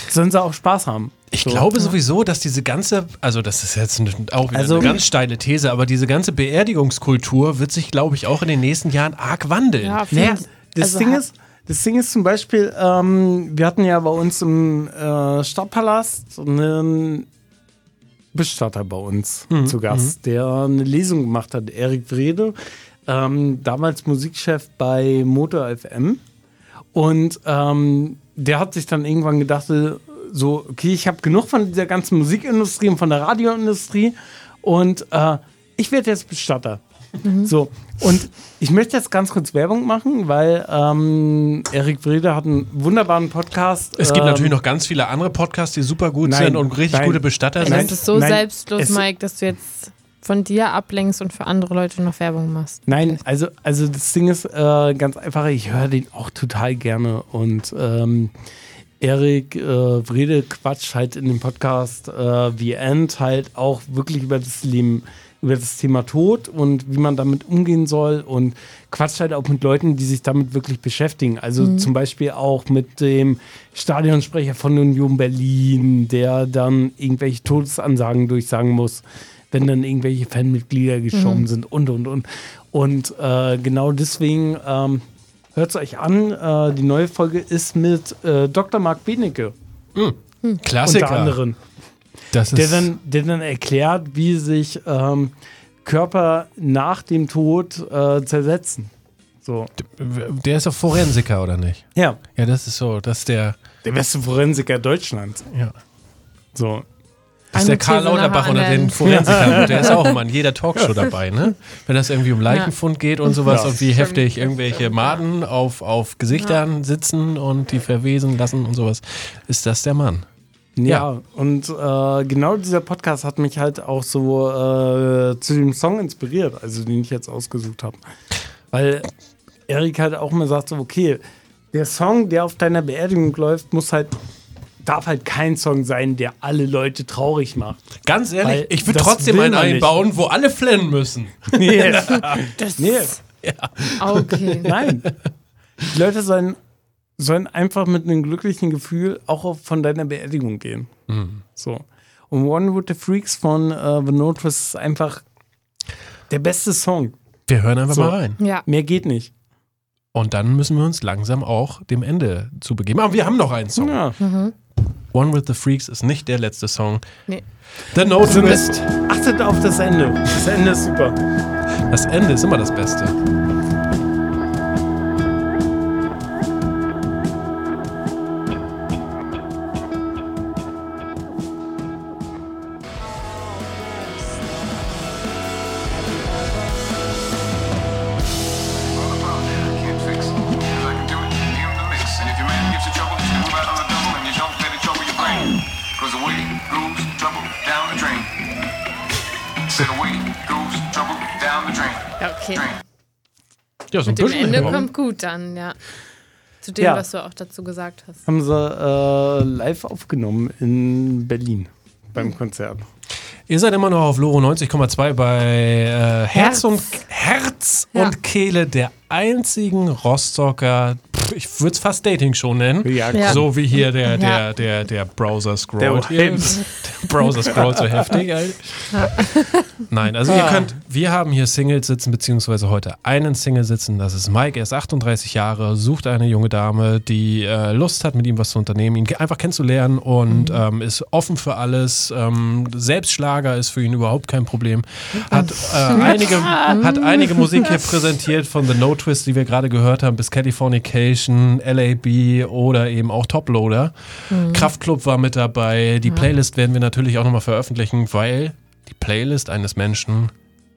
D: sollen sie auch Spaß haben.
A: Ich
D: so.
A: glaube sowieso, dass diese ganze, also das ist jetzt eine- auch wieder
D: Also-
A: eine ganz steile These, aber diese ganze Beerdigungskultur wird sich, glaube ich, auch in den nächsten Jahren arg wandeln.
B: Ja,
D: Naja,
B: vielen-
D: das
B: also
D: Ding
B: ha-
D: ist, das Ding ist zum Beispiel, ähm, wir hatten ja bei uns im äh, Stadtpalast einen Bestatter bei uns zu Gast, der eine Lesung gemacht hat, Erik Wrede, ähm, damals Musikchef bei Motor FM. Und ähm, der hat sich dann irgendwann gedacht, äh, so, okay, ich habe genug von dieser ganzen Musikindustrie und von der Radioindustrie und äh, ich werde jetzt Bestatter. So, und ich möchte jetzt ganz kurz Werbung machen, weil ähm, Erik Brede hat einen wunderbaren Podcast.
A: Es gibt
D: ähm,
A: natürlich noch ganz viele andere Podcasts, die super gut
D: nein,
A: sind und richtig
D: nein,
A: gute Bestatter
B: Ey,
A: sind.
D: nein,
B: das ist so
D: nein,
B: selbstlos,
D: es-
B: Mike, dass du jetzt von dir ablenkst und für andere Leute noch Werbung machst.
D: Nein, also, also das Ding ist äh, ganz einfach, ich höre den auch total gerne und ähm, Erik äh, Wrede quatscht halt in dem Podcast äh, The End halt auch wirklich über das Leben, über das Thema Tod und wie man damit umgehen soll und quatscht halt auch mit Leuten, die sich damit wirklich beschäftigen. Also zum Beispiel auch mit dem Stadionsprecher von Union Berlin, der dann irgendwelche Todesansagen durchsagen muss, wenn dann irgendwelche Fanmitglieder geschoben sind und und und. Und äh, genau deswegen ähm, Hört es euch an. Äh, die neue Folge ist mit äh, Dr. Marc Benecke
A: Klassiker.
D: unter anderem,
A: Das ist
D: der dann, der dann erklärt, wie sich ähm, Körper nach dem Tod äh, zersetzen. So.
A: der ist doch Forensiker, oder nicht?
D: Ja,
A: Ja, das ist so, das ist der,
D: der beste Forensiker Deutschlands.
A: ja.
D: So.
A: Das
B: Eine
A: ist der Karl
B: These nachher
A: Lauterbach unter
B: anwenden.
A: den Forensikern. Und Der ist auch immer in jeder Talkshow dabei, ne? Wenn das irgendwie um Leichenfund geht und sowas
D: Ja.
A: und wie heftig irgendwelche Maden auf, auf Gesichtern sitzen und die verwesen lassen und sowas, ist das der Mann.
D: Ja, und äh, genau dieser Podcast hat mich halt auch so äh, zu dem Song inspiriert, also den ich jetzt ausgesucht habe. Weil Erik halt auch mal sagt so, okay, der Song, der auf deiner Beerdigung läuft, muss halt darf halt kein Song sein, der alle Leute traurig macht.
A: Ganz ehrlich,
D: Weil
A: ich will
D: das
A: trotzdem
D: will
A: einen
D: man nicht.
A: einbauen, wo alle flennen müssen.
D: Nee,
B: Das
D: nee
B: okay.
D: nein. Die Leute sollen, sollen einfach mit einem glücklichen Gefühl auch auf- von deiner Beerdigung gehen.
A: Mhm.
D: So. Und One with the Freaks von äh, The Notice ist einfach der beste Song.
A: Wir hören einfach
D: So.
A: mal rein.
B: Ja.
D: Mehr geht nicht.
A: Und dann müssen wir uns langsam auch dem Ende zubegeben. Aber wir haben noch einen Song.
D: Ja.
A: One with the Freaks ist nicht der letzte Song.
B: Nee.
A: The No Twist.
D: Achtet auf das Ende. Das Ende ist super.
A: Das Ende ist immer das Beste.
B: Ja, okay.
A: Ja, so ein
B: Mit dem
A: bisschen
B: Ende
A: Hip-Hop.
B: kommt gut dann, ja. Zu dem,
D: Ja.
B: was du auch dazu gesagt hast.
D: Haben sie äh, live aufgenommen in Berlin beim Konzert.
A: Ihr seid immer noch auf Loro 90,2 bei äh, Herz, und, Herz
B: Ja.
A: und Kehle der einzigen Rostocker, pff, ich würde es fast Dating-Show nennen.
D: Ja,
B: Ja.
A: So wie hier der,
B: Ja.
A: der, der, der Browser scrollt.
D: Der
A: Hier-
D: Wipes.
A: der Browser scrollt so heftig. Alter. Nein, also ihr könnt, wir haben hier Singles sitzen, beziehungsweise heute einen Single sitzen, das ist Mike, er ist 38 Jahre, sucht eine junge Dame, die äh, Lust hat, mit ihm was zu unternehmen, ihn ge- einfach kennenzulernen und ähm, ist offen für alles. Ähm, selbst Schlager ist für ihn überhaupt kein Problem. Hat, äh, einige, hat einige Musik hier präsentiert, von The No Twist, die wir gerade gehört haben, bis Californication, LAB oder eben auch Toploader.
D: Mhm.
A: Kraftclub war mit dabei. Die Playlist werden wir natürlich auch nochmal veröffentlichen, weil die Playlist eines Menschen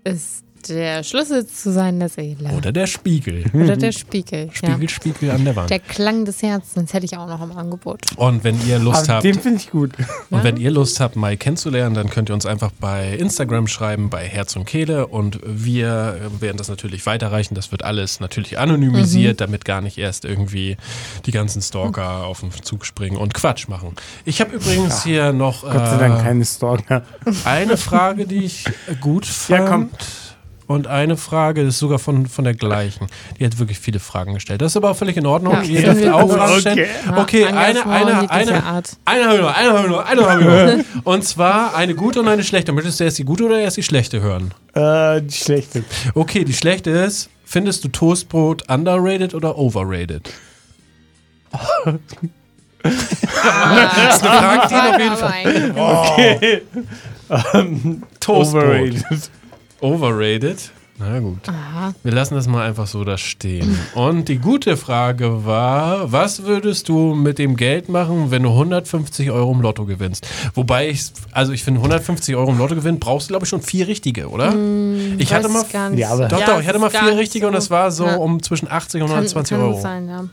B: Ist der Schlüssel zu seiner Seele.
A: oder der Spiegel.
B: Oder der Spiegel.
A: Oh, mm. Spiegel,
B: Ja.
A: Spiegel an der Wand.
B: Der Klang des Herzens hätte ich auch noch im Angebot.
A: Und wenn ihr Lust
D: Aber
A: habt,
D: Ah, den finde ich gut.
A: und wenn ihr Lust habt, Mai kennenzulernen, dann könnt ihr uns einfach bei Instagram schreiben, bei Herz und Kehle. Und wir äh, werden das natürlich weiterreichen. Das wird alles natürlich
D: Mhm.
A: anonymisiert, damit gar nicht erst irgendwie die ganzen Stalker auf den Zug springen und Quatsch machen. Ich habe übrigens hier noch
D: Gott sei
A: Äh.
D: Dank keine Stalker.
A: Eine Frage, die ich gut fand.
D: Ja, komm.
A: Und eine Frage das ist sogar von, von der gleichen. Die hat wirklich viele Fragen gestellt. Das ist aber auch völlig in Ordnung.
B: Ja,
A: Ihr
B: ja.
A: dürft auch Fragen
D: Okay.
A: stellen.
B: Ja,
A: Okay, eine,
B: Engagement
A: eine,
B: jeglicher
A: eine,
B: Art.
A: eine habe ich noch, eine habe ich noch, eine habe ich noch. Und zwar eine gute und eine schlechte. Möchtest du erst die gute oder erst die schlechte hören?
D: Äh, die schlechte.
A: Okay, die schlechte ist, findest du Toastbrot underrated oder overrated? das ist eine Frage, die auf jeden Fall.
B: Fall.
A: Toastbrot. Overrated? Na gut. Wir lassen das mal einfach so da stehen. Und die gute Frage war, was würdest du mit dem Geld machen, wenn du 150 Euro im Lotto gewinnst? Wobei ich, also ich finde 150 Euro im Lotto gewinnen, brauchst du glaube ich schon vier richtige, oder? ich hatte mal,
B: Hm, gar nicht.
D: Ja, aber-
A: doch,
B: Ja,
A: doch,
B: das
A: ich hatte mal
B: ist gar
A: vier
B: nicht
A: richtige und das war so
B: Ja.
A: um zwischen 80 und
B: Kann,
A: 120
B: kann
A: Euro.
B: sein, ja.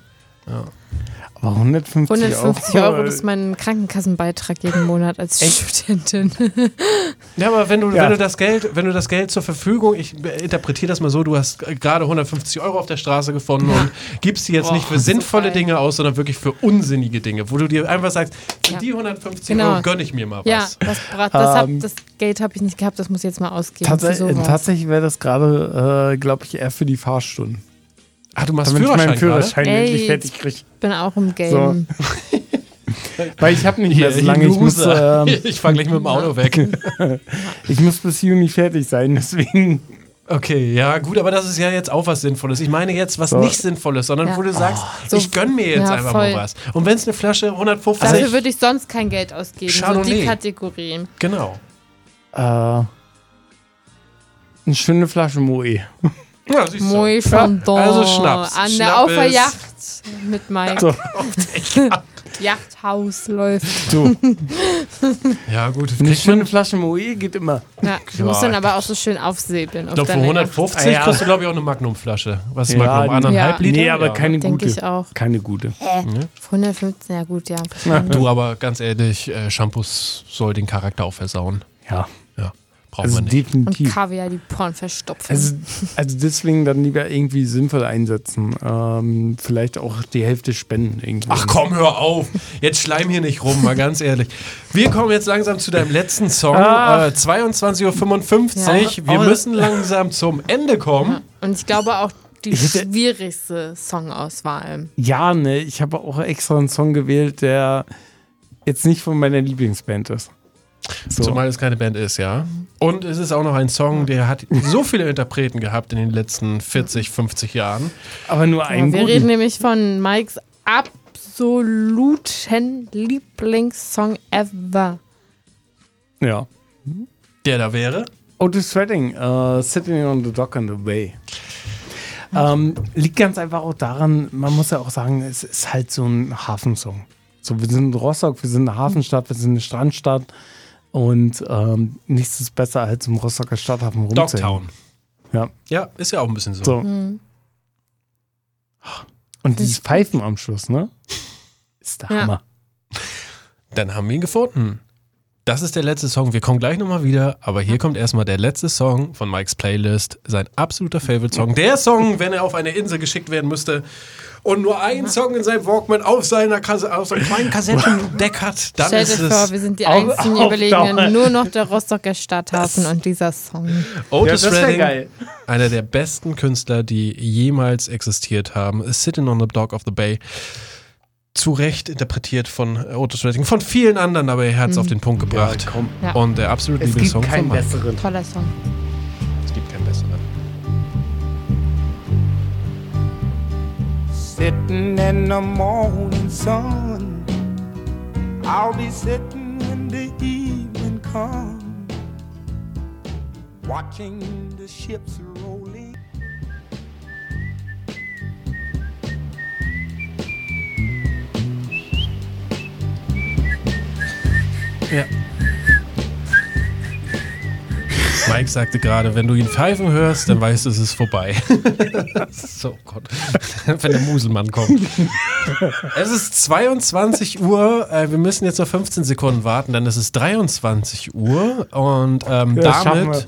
D: Aber 150,
B: 150
D: Euro.
B: Euro, das ist mein Krankenkassenbeitrag jeden Monat als Studentin.
A: Ja, aber wenn du,
D: Ja.
A: wenn du das Geld, wenn du das Geld zur Verfügung, ich interpretiere das mal so, du hast gerade 150 Euro auf der Straße gefunden und gibst die jetzt nicht für sinnvolle
B: geil.
A: Dinge aus, sondern wirklich für unsinnige Dinge, wo du dir einfach sagst, für
B: Ja.
A: die 150
B: Genau.
A: Euro gönne ich mir mal
B: Ja,
A: was.
B: das, Brat- das, hab,
D: Ähm,
B: das Geld habe ich nicht gehabt, das muss ich jetzt mal ausgeben. für
D: Tatsä
B: sowas.
D: tatsächlich wäre das gerade, äh, glaube ich, eher für die Fahrstunden.
A: Ah, du machst
D: Damit ich meinen
A: Führerschein, Führerschein
D: Führerschein
B: Ey.
D: endlich fertig kriege.
B: bin auch im Game.
D: Weil ich habe nicht mehr so lange. Ich muss,
A: Loser.
D: ähm,
A: ich fahre gleich mit dem Auto weg.
D: ich muss bis Juni fertig sein, deswegen.
A: Okay, ja gut, aber das ist ja jetzt auch was Sinnvolles. Ich meine jetzt was
D: So. Oh,
A: nicht Sinnvolles, sondern
B: Ja.
A: wo du sagst,
B: so-
A: ich gönne mir jetzt
B: Ja,
A: einfach
B: voll.
A: mal was. Und wenn es eine Flasche 150,
B: Dafür würde ich sonst kein Geld ausgeben. So
A: also Chardonnay.
B: die Kategorien.
A: genau.
D: Äh, eine schöne Flasche Moe.
A: Ja, siehst du.
B: Moi Fondant.
A: also Schnaps.
B: An der
A: Schnappes.
B: auf der Yacht mit Mike.
D: So.
B: Yachthaus läuft.
D: So,
A: Ja gut,
D: eine
A: kriegt man
D: schöne Flasche Moe geht immer.
B: Ja, du musst dann aber auch so schön aufsäbeln.
A: Ich glaube, für 150
D: Ah, ja.
A: kriegst du, glaube ich, auch eine Magnumflasche. Was ist
D: Ja,
A: Magnum? Anderthalb
B: ja.
A: Liter?
D: Nee, aber
A: Ja.
D: keine
B: Denke
D: gute.
B: ich auch.
D: Keine gute.
B: Für 115, ja gut, ja.
A: Du, aber ganz ehrlich, äh, Shampoos soll den Charakter auch versauen.
D: Ja.
A: Ja. Brauchen
D: Also
A: wir nicht.
B: Und
D: definitiv.
B: Kaviar die Porn verstopfen.
D: Also, also deswegen dann lieber irgendwie sinnvoll einsetzen. Ähm, vielleicht auch die Hälfte spenden irgendwie.
A: Ach komm, hör auf. Jetzt schleim hier nicht rum, mal ganz ehrlich. Wir kommen jetzt langsam zu deinem letzten Song. Äh,
D: Ach.
A: 22.55 Uhr.
D: Ah. Ja.
A: Wir
D: Oh.
A: müssen langsam zum Ende kommen.
B: Und ich glaube auch die
D: Ich hätte-
B: schwierigste Songauswahl.
D: Ja, ne, ich habe auch extra einen Song gewählt, der jetzt nicht von meiner Lieblingsband ist. So.
A: Zumal es keine Band ist, ja. Und es ist auch noch ein Song, der hat so viele Interpreten gehabt in den letzten 40, 50 Jahren.
D: Aber nur einen
B: wir
D: guten.
B: reden nämlich von Mikes absoluten Lieblingssong ever.
D: ja.
A: Der da wäre.
D: Otis Redding, äh, Sitting on the Dock on the Bay. Ähm, liegt ganz einfach auch daran, man muss ja auch sagen, es ist halt so ein Hafensong. So, wir sind in Rostock, wir sind eine Hafenstadt, wir sind eine Strandstadt und ähm, nichts ist besser, als im Rostocker Stadthafen rumzuhängen.
A: Dogtown.
D: Ja.
A: Ja, ist ja auch ein bisschen so.
D: So.
B: Mhm.
D: Und dieses Pfeifen am Schluss, ne? Ist der
B: Ja.
D: Hammer.
A: Dann haben wir ihn gefunden. Das ist der letzte Song. Wir kommen gleich nochmal wieder, aber hier kommt erstmal der letzte Song von Mikes Playlist. Sein absoluter Favorite-Song. Der Song, wenn er auf eine Insel geschickt werden müsste und nur einen Song in seinem Walkman auf seiner, Kas auf seinem kleinen Kassettendeck hat, dann
B: Stell
A: ist
B: dir vor,
A: es
B: wir sind die
D: auf-
B: einzigen
D: auf Dauer.
B: Überlegenen, nur noch der Rostocker Stadthafen und dieser Song.
A: Otis
D: wär
A: Redding, einer der besten Künstler, die jemals existiert haben. Sitting on the Dock of the Bay. Zu Recht interpretiert von Otis Redding, von vielen anderen, aber er hat es auf den Punkt gebracht.
D: komm.
B: Ja.
A: Und der absolute
D: Mhm. Es gibt
A: Lieblingssong
D: keinen
A: von Mike.
D: besseren.
B: Toller Song.
A: Es gibt keinen besseren.
H: Sitting in the morning sun. I'll be sitting when the evening comes. Watching the ships roll in.
A: Mike sagte gerade, wenn du ihn pfeifen hörst, dann weißt du, es ist vorbei. so oh Gott. wenn der Muselmann kommt. es ist 22 Uhr. Äh, wir müssen jetzt noch 15 Sekunden warten, dann ist es 23 Uhr. Und ähm,
D: Ja, das
A: damit
D: schaffen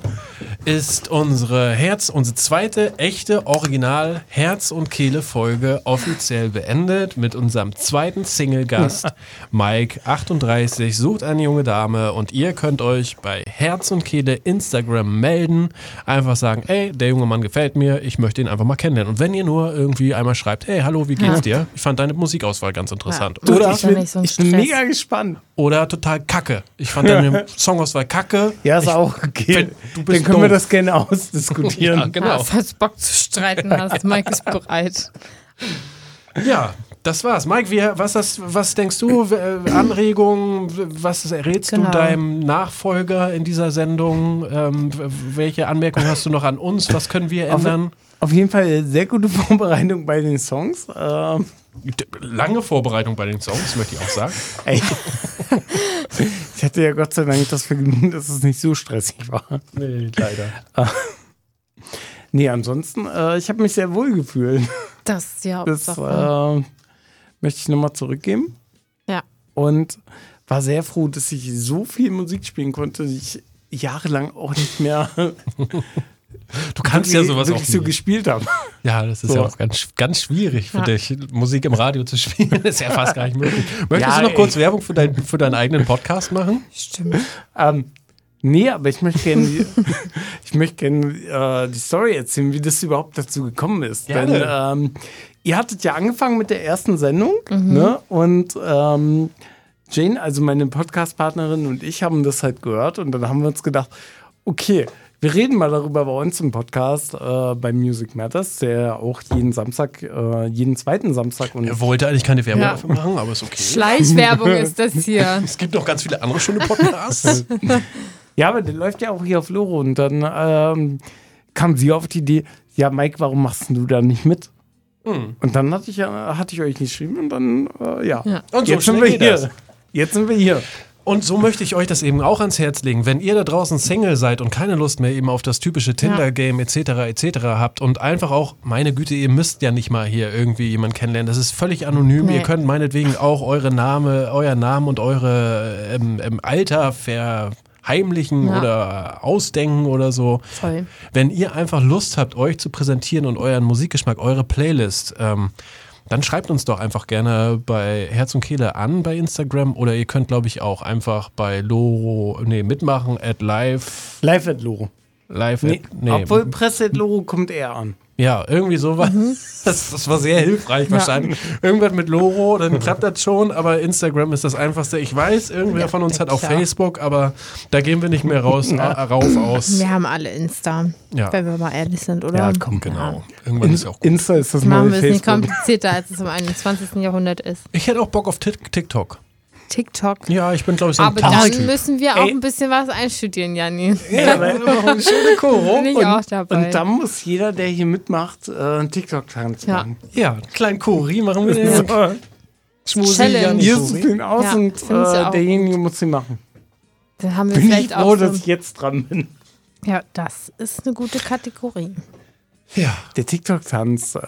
A: ist unsere Herz, unsere zweite echte Original Herz und Kehle Folge offiziell beendet mit unserem zweiten Single Gast Mike 38 sucht eine junge Dame und ihr könnt euch bei Herz und Kehle Instagram melden, einfach sagen, ey, der junge Mann gefällt mir, ich möchte ihn einfach mal kennenlernen und wenn ihr nur irgendwie einmal schreibt, hey, hallo, wie geht's dir? Ich fand deine Musikauswahl ganz interessant
B: Ja.
D: Oder
B: Das ist
D: ich
B: ja
D: bin,
B: nicht so ein
D: ich bin
B: Stress.
D: mega gespannt.
A: oder total kacke. Ich fand deine Songauswahl kacke.
D: Ja, ist
A: ich,
D: auch okay.
A: wenn- du
D: Dann
A: bist
D: können wir
A: doof.
D: das gerne
A: ja,
D: ausdiskutieren.
B: Genau.
A: genau.
B: falls du Bock zu streiten hast, Mike ist bereit.
A: Ja, das war's. Mike, wie, was, das, was denkst du? W- äh, Anregungen? W- Was rätst du
B: Genau.
A: deinem Nachfolger in dieser Sendung? Ähm, w- welche Anmerkungen hast du noch an uns? Was können wir
D: Auf-
A: ändern?
D: Auf jeden Fall äh, sehr gute Vorbereitung bei den Songs. Ähm,
A: D- Lange Vorbereitung bei den Songs, möchte ich auch sagen.
D: ey. ich hatte ja Gott sei Dank das Vergnügen, dass es nicht so stressig war. Ah.
A: Nee, leider.
D: Nee, ansonsten, äh, ich habe mich sehr wohl gefühlt.
B: Das ist ja
D: Das
B: Hauptsache.
D: äh, möchte ich nochmal zurückgeben.
B: Ja.
D: Und war sehr froh, dass ich so viel Musik spielen konnte, die ich jahrelang auch nicht mehr
A: Du kannst ja
D: wirklich-
A: sowas auch.
D: wirklich so
A: nie.
D: gespielt haben.
A: ja, das ist
D: So.
A: ja auch ganz, ganz schwierig für
B: Ja.
A: dich, Musik im Radio zu spielen. ist ja fast gar nicht möglich. Möchtest
D: Ja,
A: du noch
D: ey.
A: kurz Werbung für, dein, für deinen eigenen Podcast machen?
B: Stimmt.
D: Ähm, nee, aber ich möchte gerne die, ich möchte gerne äh, die Story erzählen, wie das überhaupt dazu gekommen ist.
A: Gerne.
D: Denn ähm, ihr hattet ja angefangen mit der ersten Sendung, ne? Und ähm, Jane, also meine Podcast-Partnerin und ich haben das halt gehört und dann haben wir uns gedacht, okay, wir reden mal darüber bei uns im Podcast äh, bei Music Matters, der auch jeden Samstag, äh, jeden zweiten Samstag und
A: Er wollte eigentlich keine Werbung
B: Ja.
A: dafür machen, aber ist okay.
B: Schleichwerbung ist das hier.
A: Es gibt noch ganz viele andere schöne Podcasts.
D: Ja, aber der läuft ja auch hier auf Loro. Und dann ähm, kam sie auf die Idee, ja, Mike, warum machst denn du da nicht mit?
A: Hm.
D: Und dann hatte ich, ja- hatte ich euch geschrieben und dann, äh, ja.
B: Ja.
A: Und so
D: Jetzt sind
A: schnell
D: wir
A: geht
D: hier.
A: das.
D: Jetzt sind wir hier.
A: Und so möchte ich euch das eben auch ans Herz legen. Wenn ihr da draußen Single seid und keine Lust mehr eben auf das typische Tinder-Game etc. etc. habt und einfach auch, meine Güte, ihr müsst ja nicht mal hier irgendwie jemanden kennenlernen. Das ist völlig anonym.
B: Nee.
A: Ihr könnt meinetwegen auch eure Name, euer Namen und eure ähm, ähm, Alter verheimlichen verheimlichen
B: Ja.
A: oder ausdenken oder so.
B: Voll.
A: Wenn ihr einfach Lust habt, euch zu präsentieren und euren Musikgeschmack, eure Playlist, ähm, dann schreibt uns doch einfach gerne bei Herz und Kehle an bei Instagram oder ihr könnt, glaube ich, auch einfach bei Loro, nee, mitmachen at live,
D: Live at Loro.
A: live
D: Nee,
A: at, nee,
D: Obwohl Presse at Loro kommt eher an.
A: ja, irgendwie sowas.
B: Mhm.
A: Das, das war sehr hilfreich wahrscheinlich. Irgendwas mit Loro, dann klappt das schon, aber Instagram ist das einfachste. Ich weiß, irgendwer
B: Ja,
A: von uns hat auch
B: klar.
A: Facebook, aber da gehen wir nicht mehr raus, äh, rauf aus.
B: Wir haben alle Insta,
A: Ja.
B: wenn wir mal ehrlich sind, oder?
D: Ja, komm,
A: Genau. Irgendwann ist auch gut.
D: Insta ist das
B: Machen
D: neue
B: wir es nicht
D: Facebook.
B: komplizierter, als es im 21. Jahrhundert ist.
A: Ich hätte auch Bock auf Tik- TikTok.
B: TikTok.
A: Ja, ich bin, glaube ich, so ein
B: Aber dann
A: Tanztyp.
B: müssen wir auch
D: Ey.
B: ein bisschen was einstudieren, Janni.
D: Ja, aber immer eine schöne Choro.
B: Bin ich
D: und,
B: auch dabei.
D: Und dann muss jeder, der hier mitmacht, äh, einen TikTok-Tanz
B: Ja.
D: machen.
A: Ja, kleinen Kuri machen wir.
D: Ja.
A: den.
B: Challenge.
D: Hier ist ihn aus
B: Ja,
D: und
B: find ich
D: äh,
B: auch
D: derjenige muss sie machen.
B: Dann haben wir
D: Bin ich
B: vielleicht
D: froh,
B: auch so,
D: dass ich jetzt dran bin.
B: Ja, das ist eine gute Kategorie.
A: Ja.
D: Der TikTok-Tanz äh,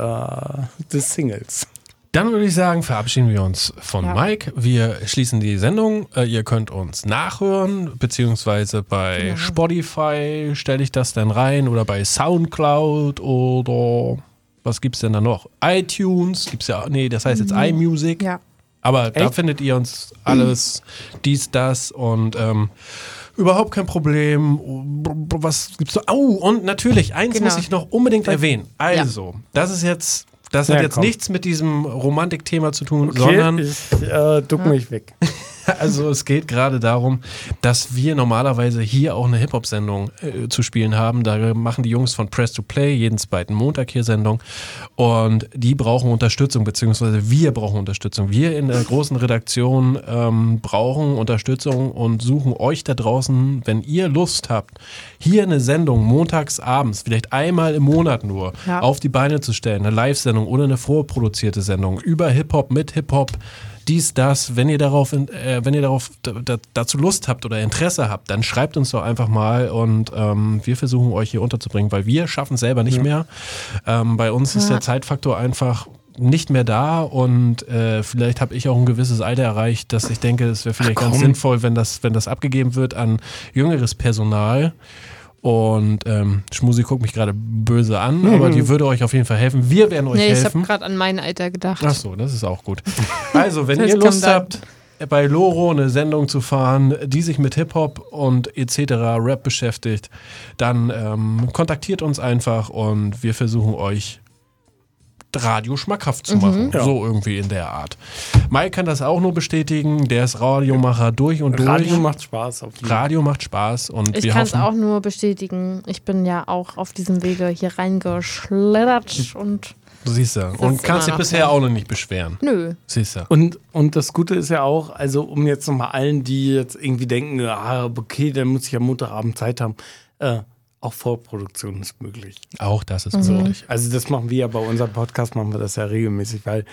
D: des Singles.
A: Dann würde ich sagen, verabschieden wir uns von
B: Ja.
A: Mike. Wir schließen die Sendung. Äh, ihr könnt uns nachhören, beziehungsweise bei Spotify stelle ich das dann rein oder bei Soundcloud oder was gibt's denn da noch? iTunes gibt's ja, nee, das heißt jetzt iMusic.
B: Mhm. Ja.
A: Aber da
D: Echt?
A: findet ihr uns alles, dies, das und ähm, überhaupt kein Problem. Was gibt's noch? Au, und natürlich, eins
B: Genau.
A: muss ich noch unbedingt erwähnen. Also, das ist jetzt, das hat
D: Ja,
A: jetzt
D: komm.
A: nichts mit diesem Romantikthema zu tun, sondern
D: ich äh, duck mich weg.
A: also es geht gerade darum, dass wir normalerweise hier auch eine Hip-Hop-Sendung äh, zu spielen haben. Da machen die Jungs von Press to Play jeden zweiten Montag hier Sendung. Und die brauchen Unterstützung, beziehungsweise wir brauchen Unterstützung. Wir in der großen Redaktion ähm, brauchen Unterstützung und suchen euch da draußen, wenn ihr Lust habt, hier eine Sendung montags abends, vielleicht einmal im Monat nur,
B: Ja.
A: auf die Beine zu stellen. Eine Live-Sendung oder eine vorproduzierte Sendung über Hip-Hop, mit Hip-Hop, dies, das. Wenn ihr darauf, in- äh, wenn ihr darauf da, da, dazu Lust habt oder Interesse habt, dann schreibt uns doch einfach mal und ähm, wir versuchen euch hier unterzubringen, weil wir schaffen es selber nicht mehr. Ähm, bei uns ist der Zeitfaktor einfach nicht mehr da und äh, vielleicht habe ich auch ein gewisses Alter erreicht, dass ich denke, es wäre vielleicht ganz sinnvoll, wenn das, wenn das abgegeben wird an jüngeres Personal. Und ähm, Schmusi guckt mich gerade böse an, aber die würde euch auf jeden Fall helfen. Wir werden euch
B: Nee, ich habe
A: helfen.
B: gerade an mein Alter gedacht.
A: Ach so, das ist auch gut. Also, wenn
B: Das
A: ihr
B: kommt
A: Lust
B: an.
A: habt, bei Loro eine Sendung zu fahren, die sich mit Hip-Hop und etc. Rap beschäftigt, dann ähm, kontaktiert uns einfach und wir versuchen euch Radio schmackhaft
B: Mhm.
A: zu machen. So irgendwie in der Art. Mike kann das auch nur bestätigen. Der ist Radiomacher durch und durch.
D: Radio macht Spaß auf jeden Fall.
A: Radio macht Spaß und
B: Ich
A: wir
B: kann es
A: hoffen,
B: auch nur bestätigen. Ich bin ja auch auf diesem Wege hier reingeschlittert
A: Hm.
B: und
A: siehst du, und kannst
B: ist immer
A: dich
B: noch
A: bisher auch noch nicht beschweren.
B: nö.
A: Siehst du.
D: Und, und das Gute ist ja auch, also um jetzt nochmal allen, die jetzt irgendwie denken, ah, okay, dann muss ich am Montagabend Zeit haben, äh, auch Vorproduktion ist möglich.
A: Auch das ist
B: Mhm.
A: möglich.
D: Also das machen wir ja bei unserem Podcast, machen wir das ja regelmäßig, weil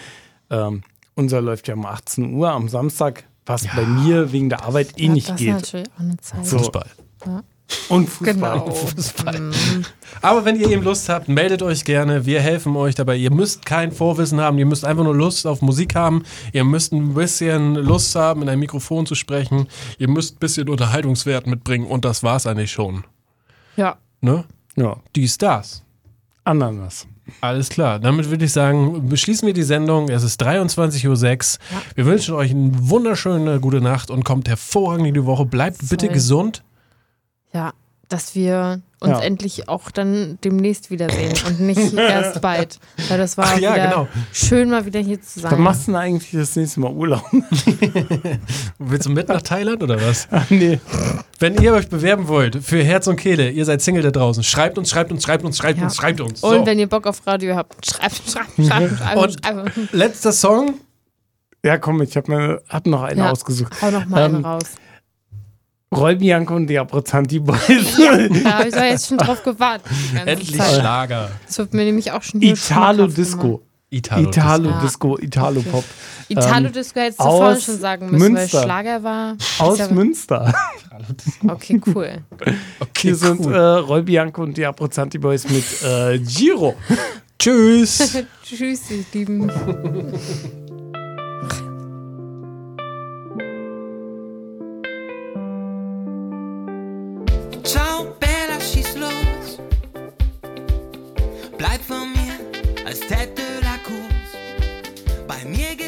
D: ähm, unser läuft ja um 18 Uhr am Samstag, was bei mir wegen der Arbeit eh
B: Ja,
D: nicht
B: das
D: geht.
B: ist natürlich auch eine Zeit.
D: So.
A: Fußball.
D: Und Fußball.
B: Genau.
A: Aber wenn ihr eben Lust habt, meldet euch gerne. Wir helfen euch dabei. Ihr müsst kein Vorwissen haben. Ihr müsst einfach nur Lust auf Musik haben. Ihr müsst ein bisschen Lust haben, in ein Mikrofon zu sprechen. Ihr müsst ein bisschen Unterhaltungswert mitbringen. Und das war's eigentlich schon.
B: Ja,
A: Ne?
D: Ja,
A: Dies, das.
D: Ananas.
A: Alles klar. Damit würde ich sagen, beschließen wir die Sendung. Es ist 23.06 Uhr. Wir wünschen euch eine wunderschöne gute Nacht und kommt hervorragend in die Woche. Bleibt bitte
B: Voll.
A: gesund.
B: ja, dass wir uns
D: Ja.
B: endlich auch dann demnächst wiedersehen und nicht erst bald. Weil das war
A: Ach ja,
B: wieder
A: genau.
B: schön, mal wieder hier zu sein.
D: Wann machst du denn eigentlich das nächste Mal Urlaub?
A: Willst du mit nach Thailand oder was?
D: Ah, nee.
A: Wenn ihr euch bewerben wollt für Herz und Kehle, ihr seid Single da draußen, schreibt uns, schreibt uns, schreibt uns, schreibt
B: Ja.
A: uns, schreibt uns.
B: Und
A: So.
B: wenn ihr Bock auf Radio habt, schreibt, schreibt, schreibt,
A: Und-
B: schreibt, schreibt.
A: Letzter Song.
D: Ja, komm, ich hab, mir, hab noch einen
B: Ja.
D: ausgesucht.
B: Hau noch mal
D: Ähm,
B: einen raus.
D: Roy Bianco und die Abruzzanti Boys.
B: Da habe ich doch jetzt schon drauf gewartet. die ganze
A: Endlich
B: Zeit.
A: Schlager.
B: Das wird mir nämlich auch schon hier
D: Italo
B: schmackhaft
D: Disco.
A: Italo.
D: Italo
B: Ah.
D: Disco, Italo Pop.
B: gemacht. Italo Disco hättest du
D: Ähm, aus
B: vorhin schon sagen müssen,
D: Münster.
B: weil Schlager war.
D: Aus
B: Ist ja-
D: Münster.
B: Okay, cool.
A: Okay,
D: Hier sind äh,
A: cool.
D: Roy Bianco und die Abruzzanti Boys mit äh, Giro.
A: Tschüss.
B: Tschüss, ihr Lieben.
F: Ciao, Bella, schieß los. Bleib von mir als Tête de la Course. Bei mir geht's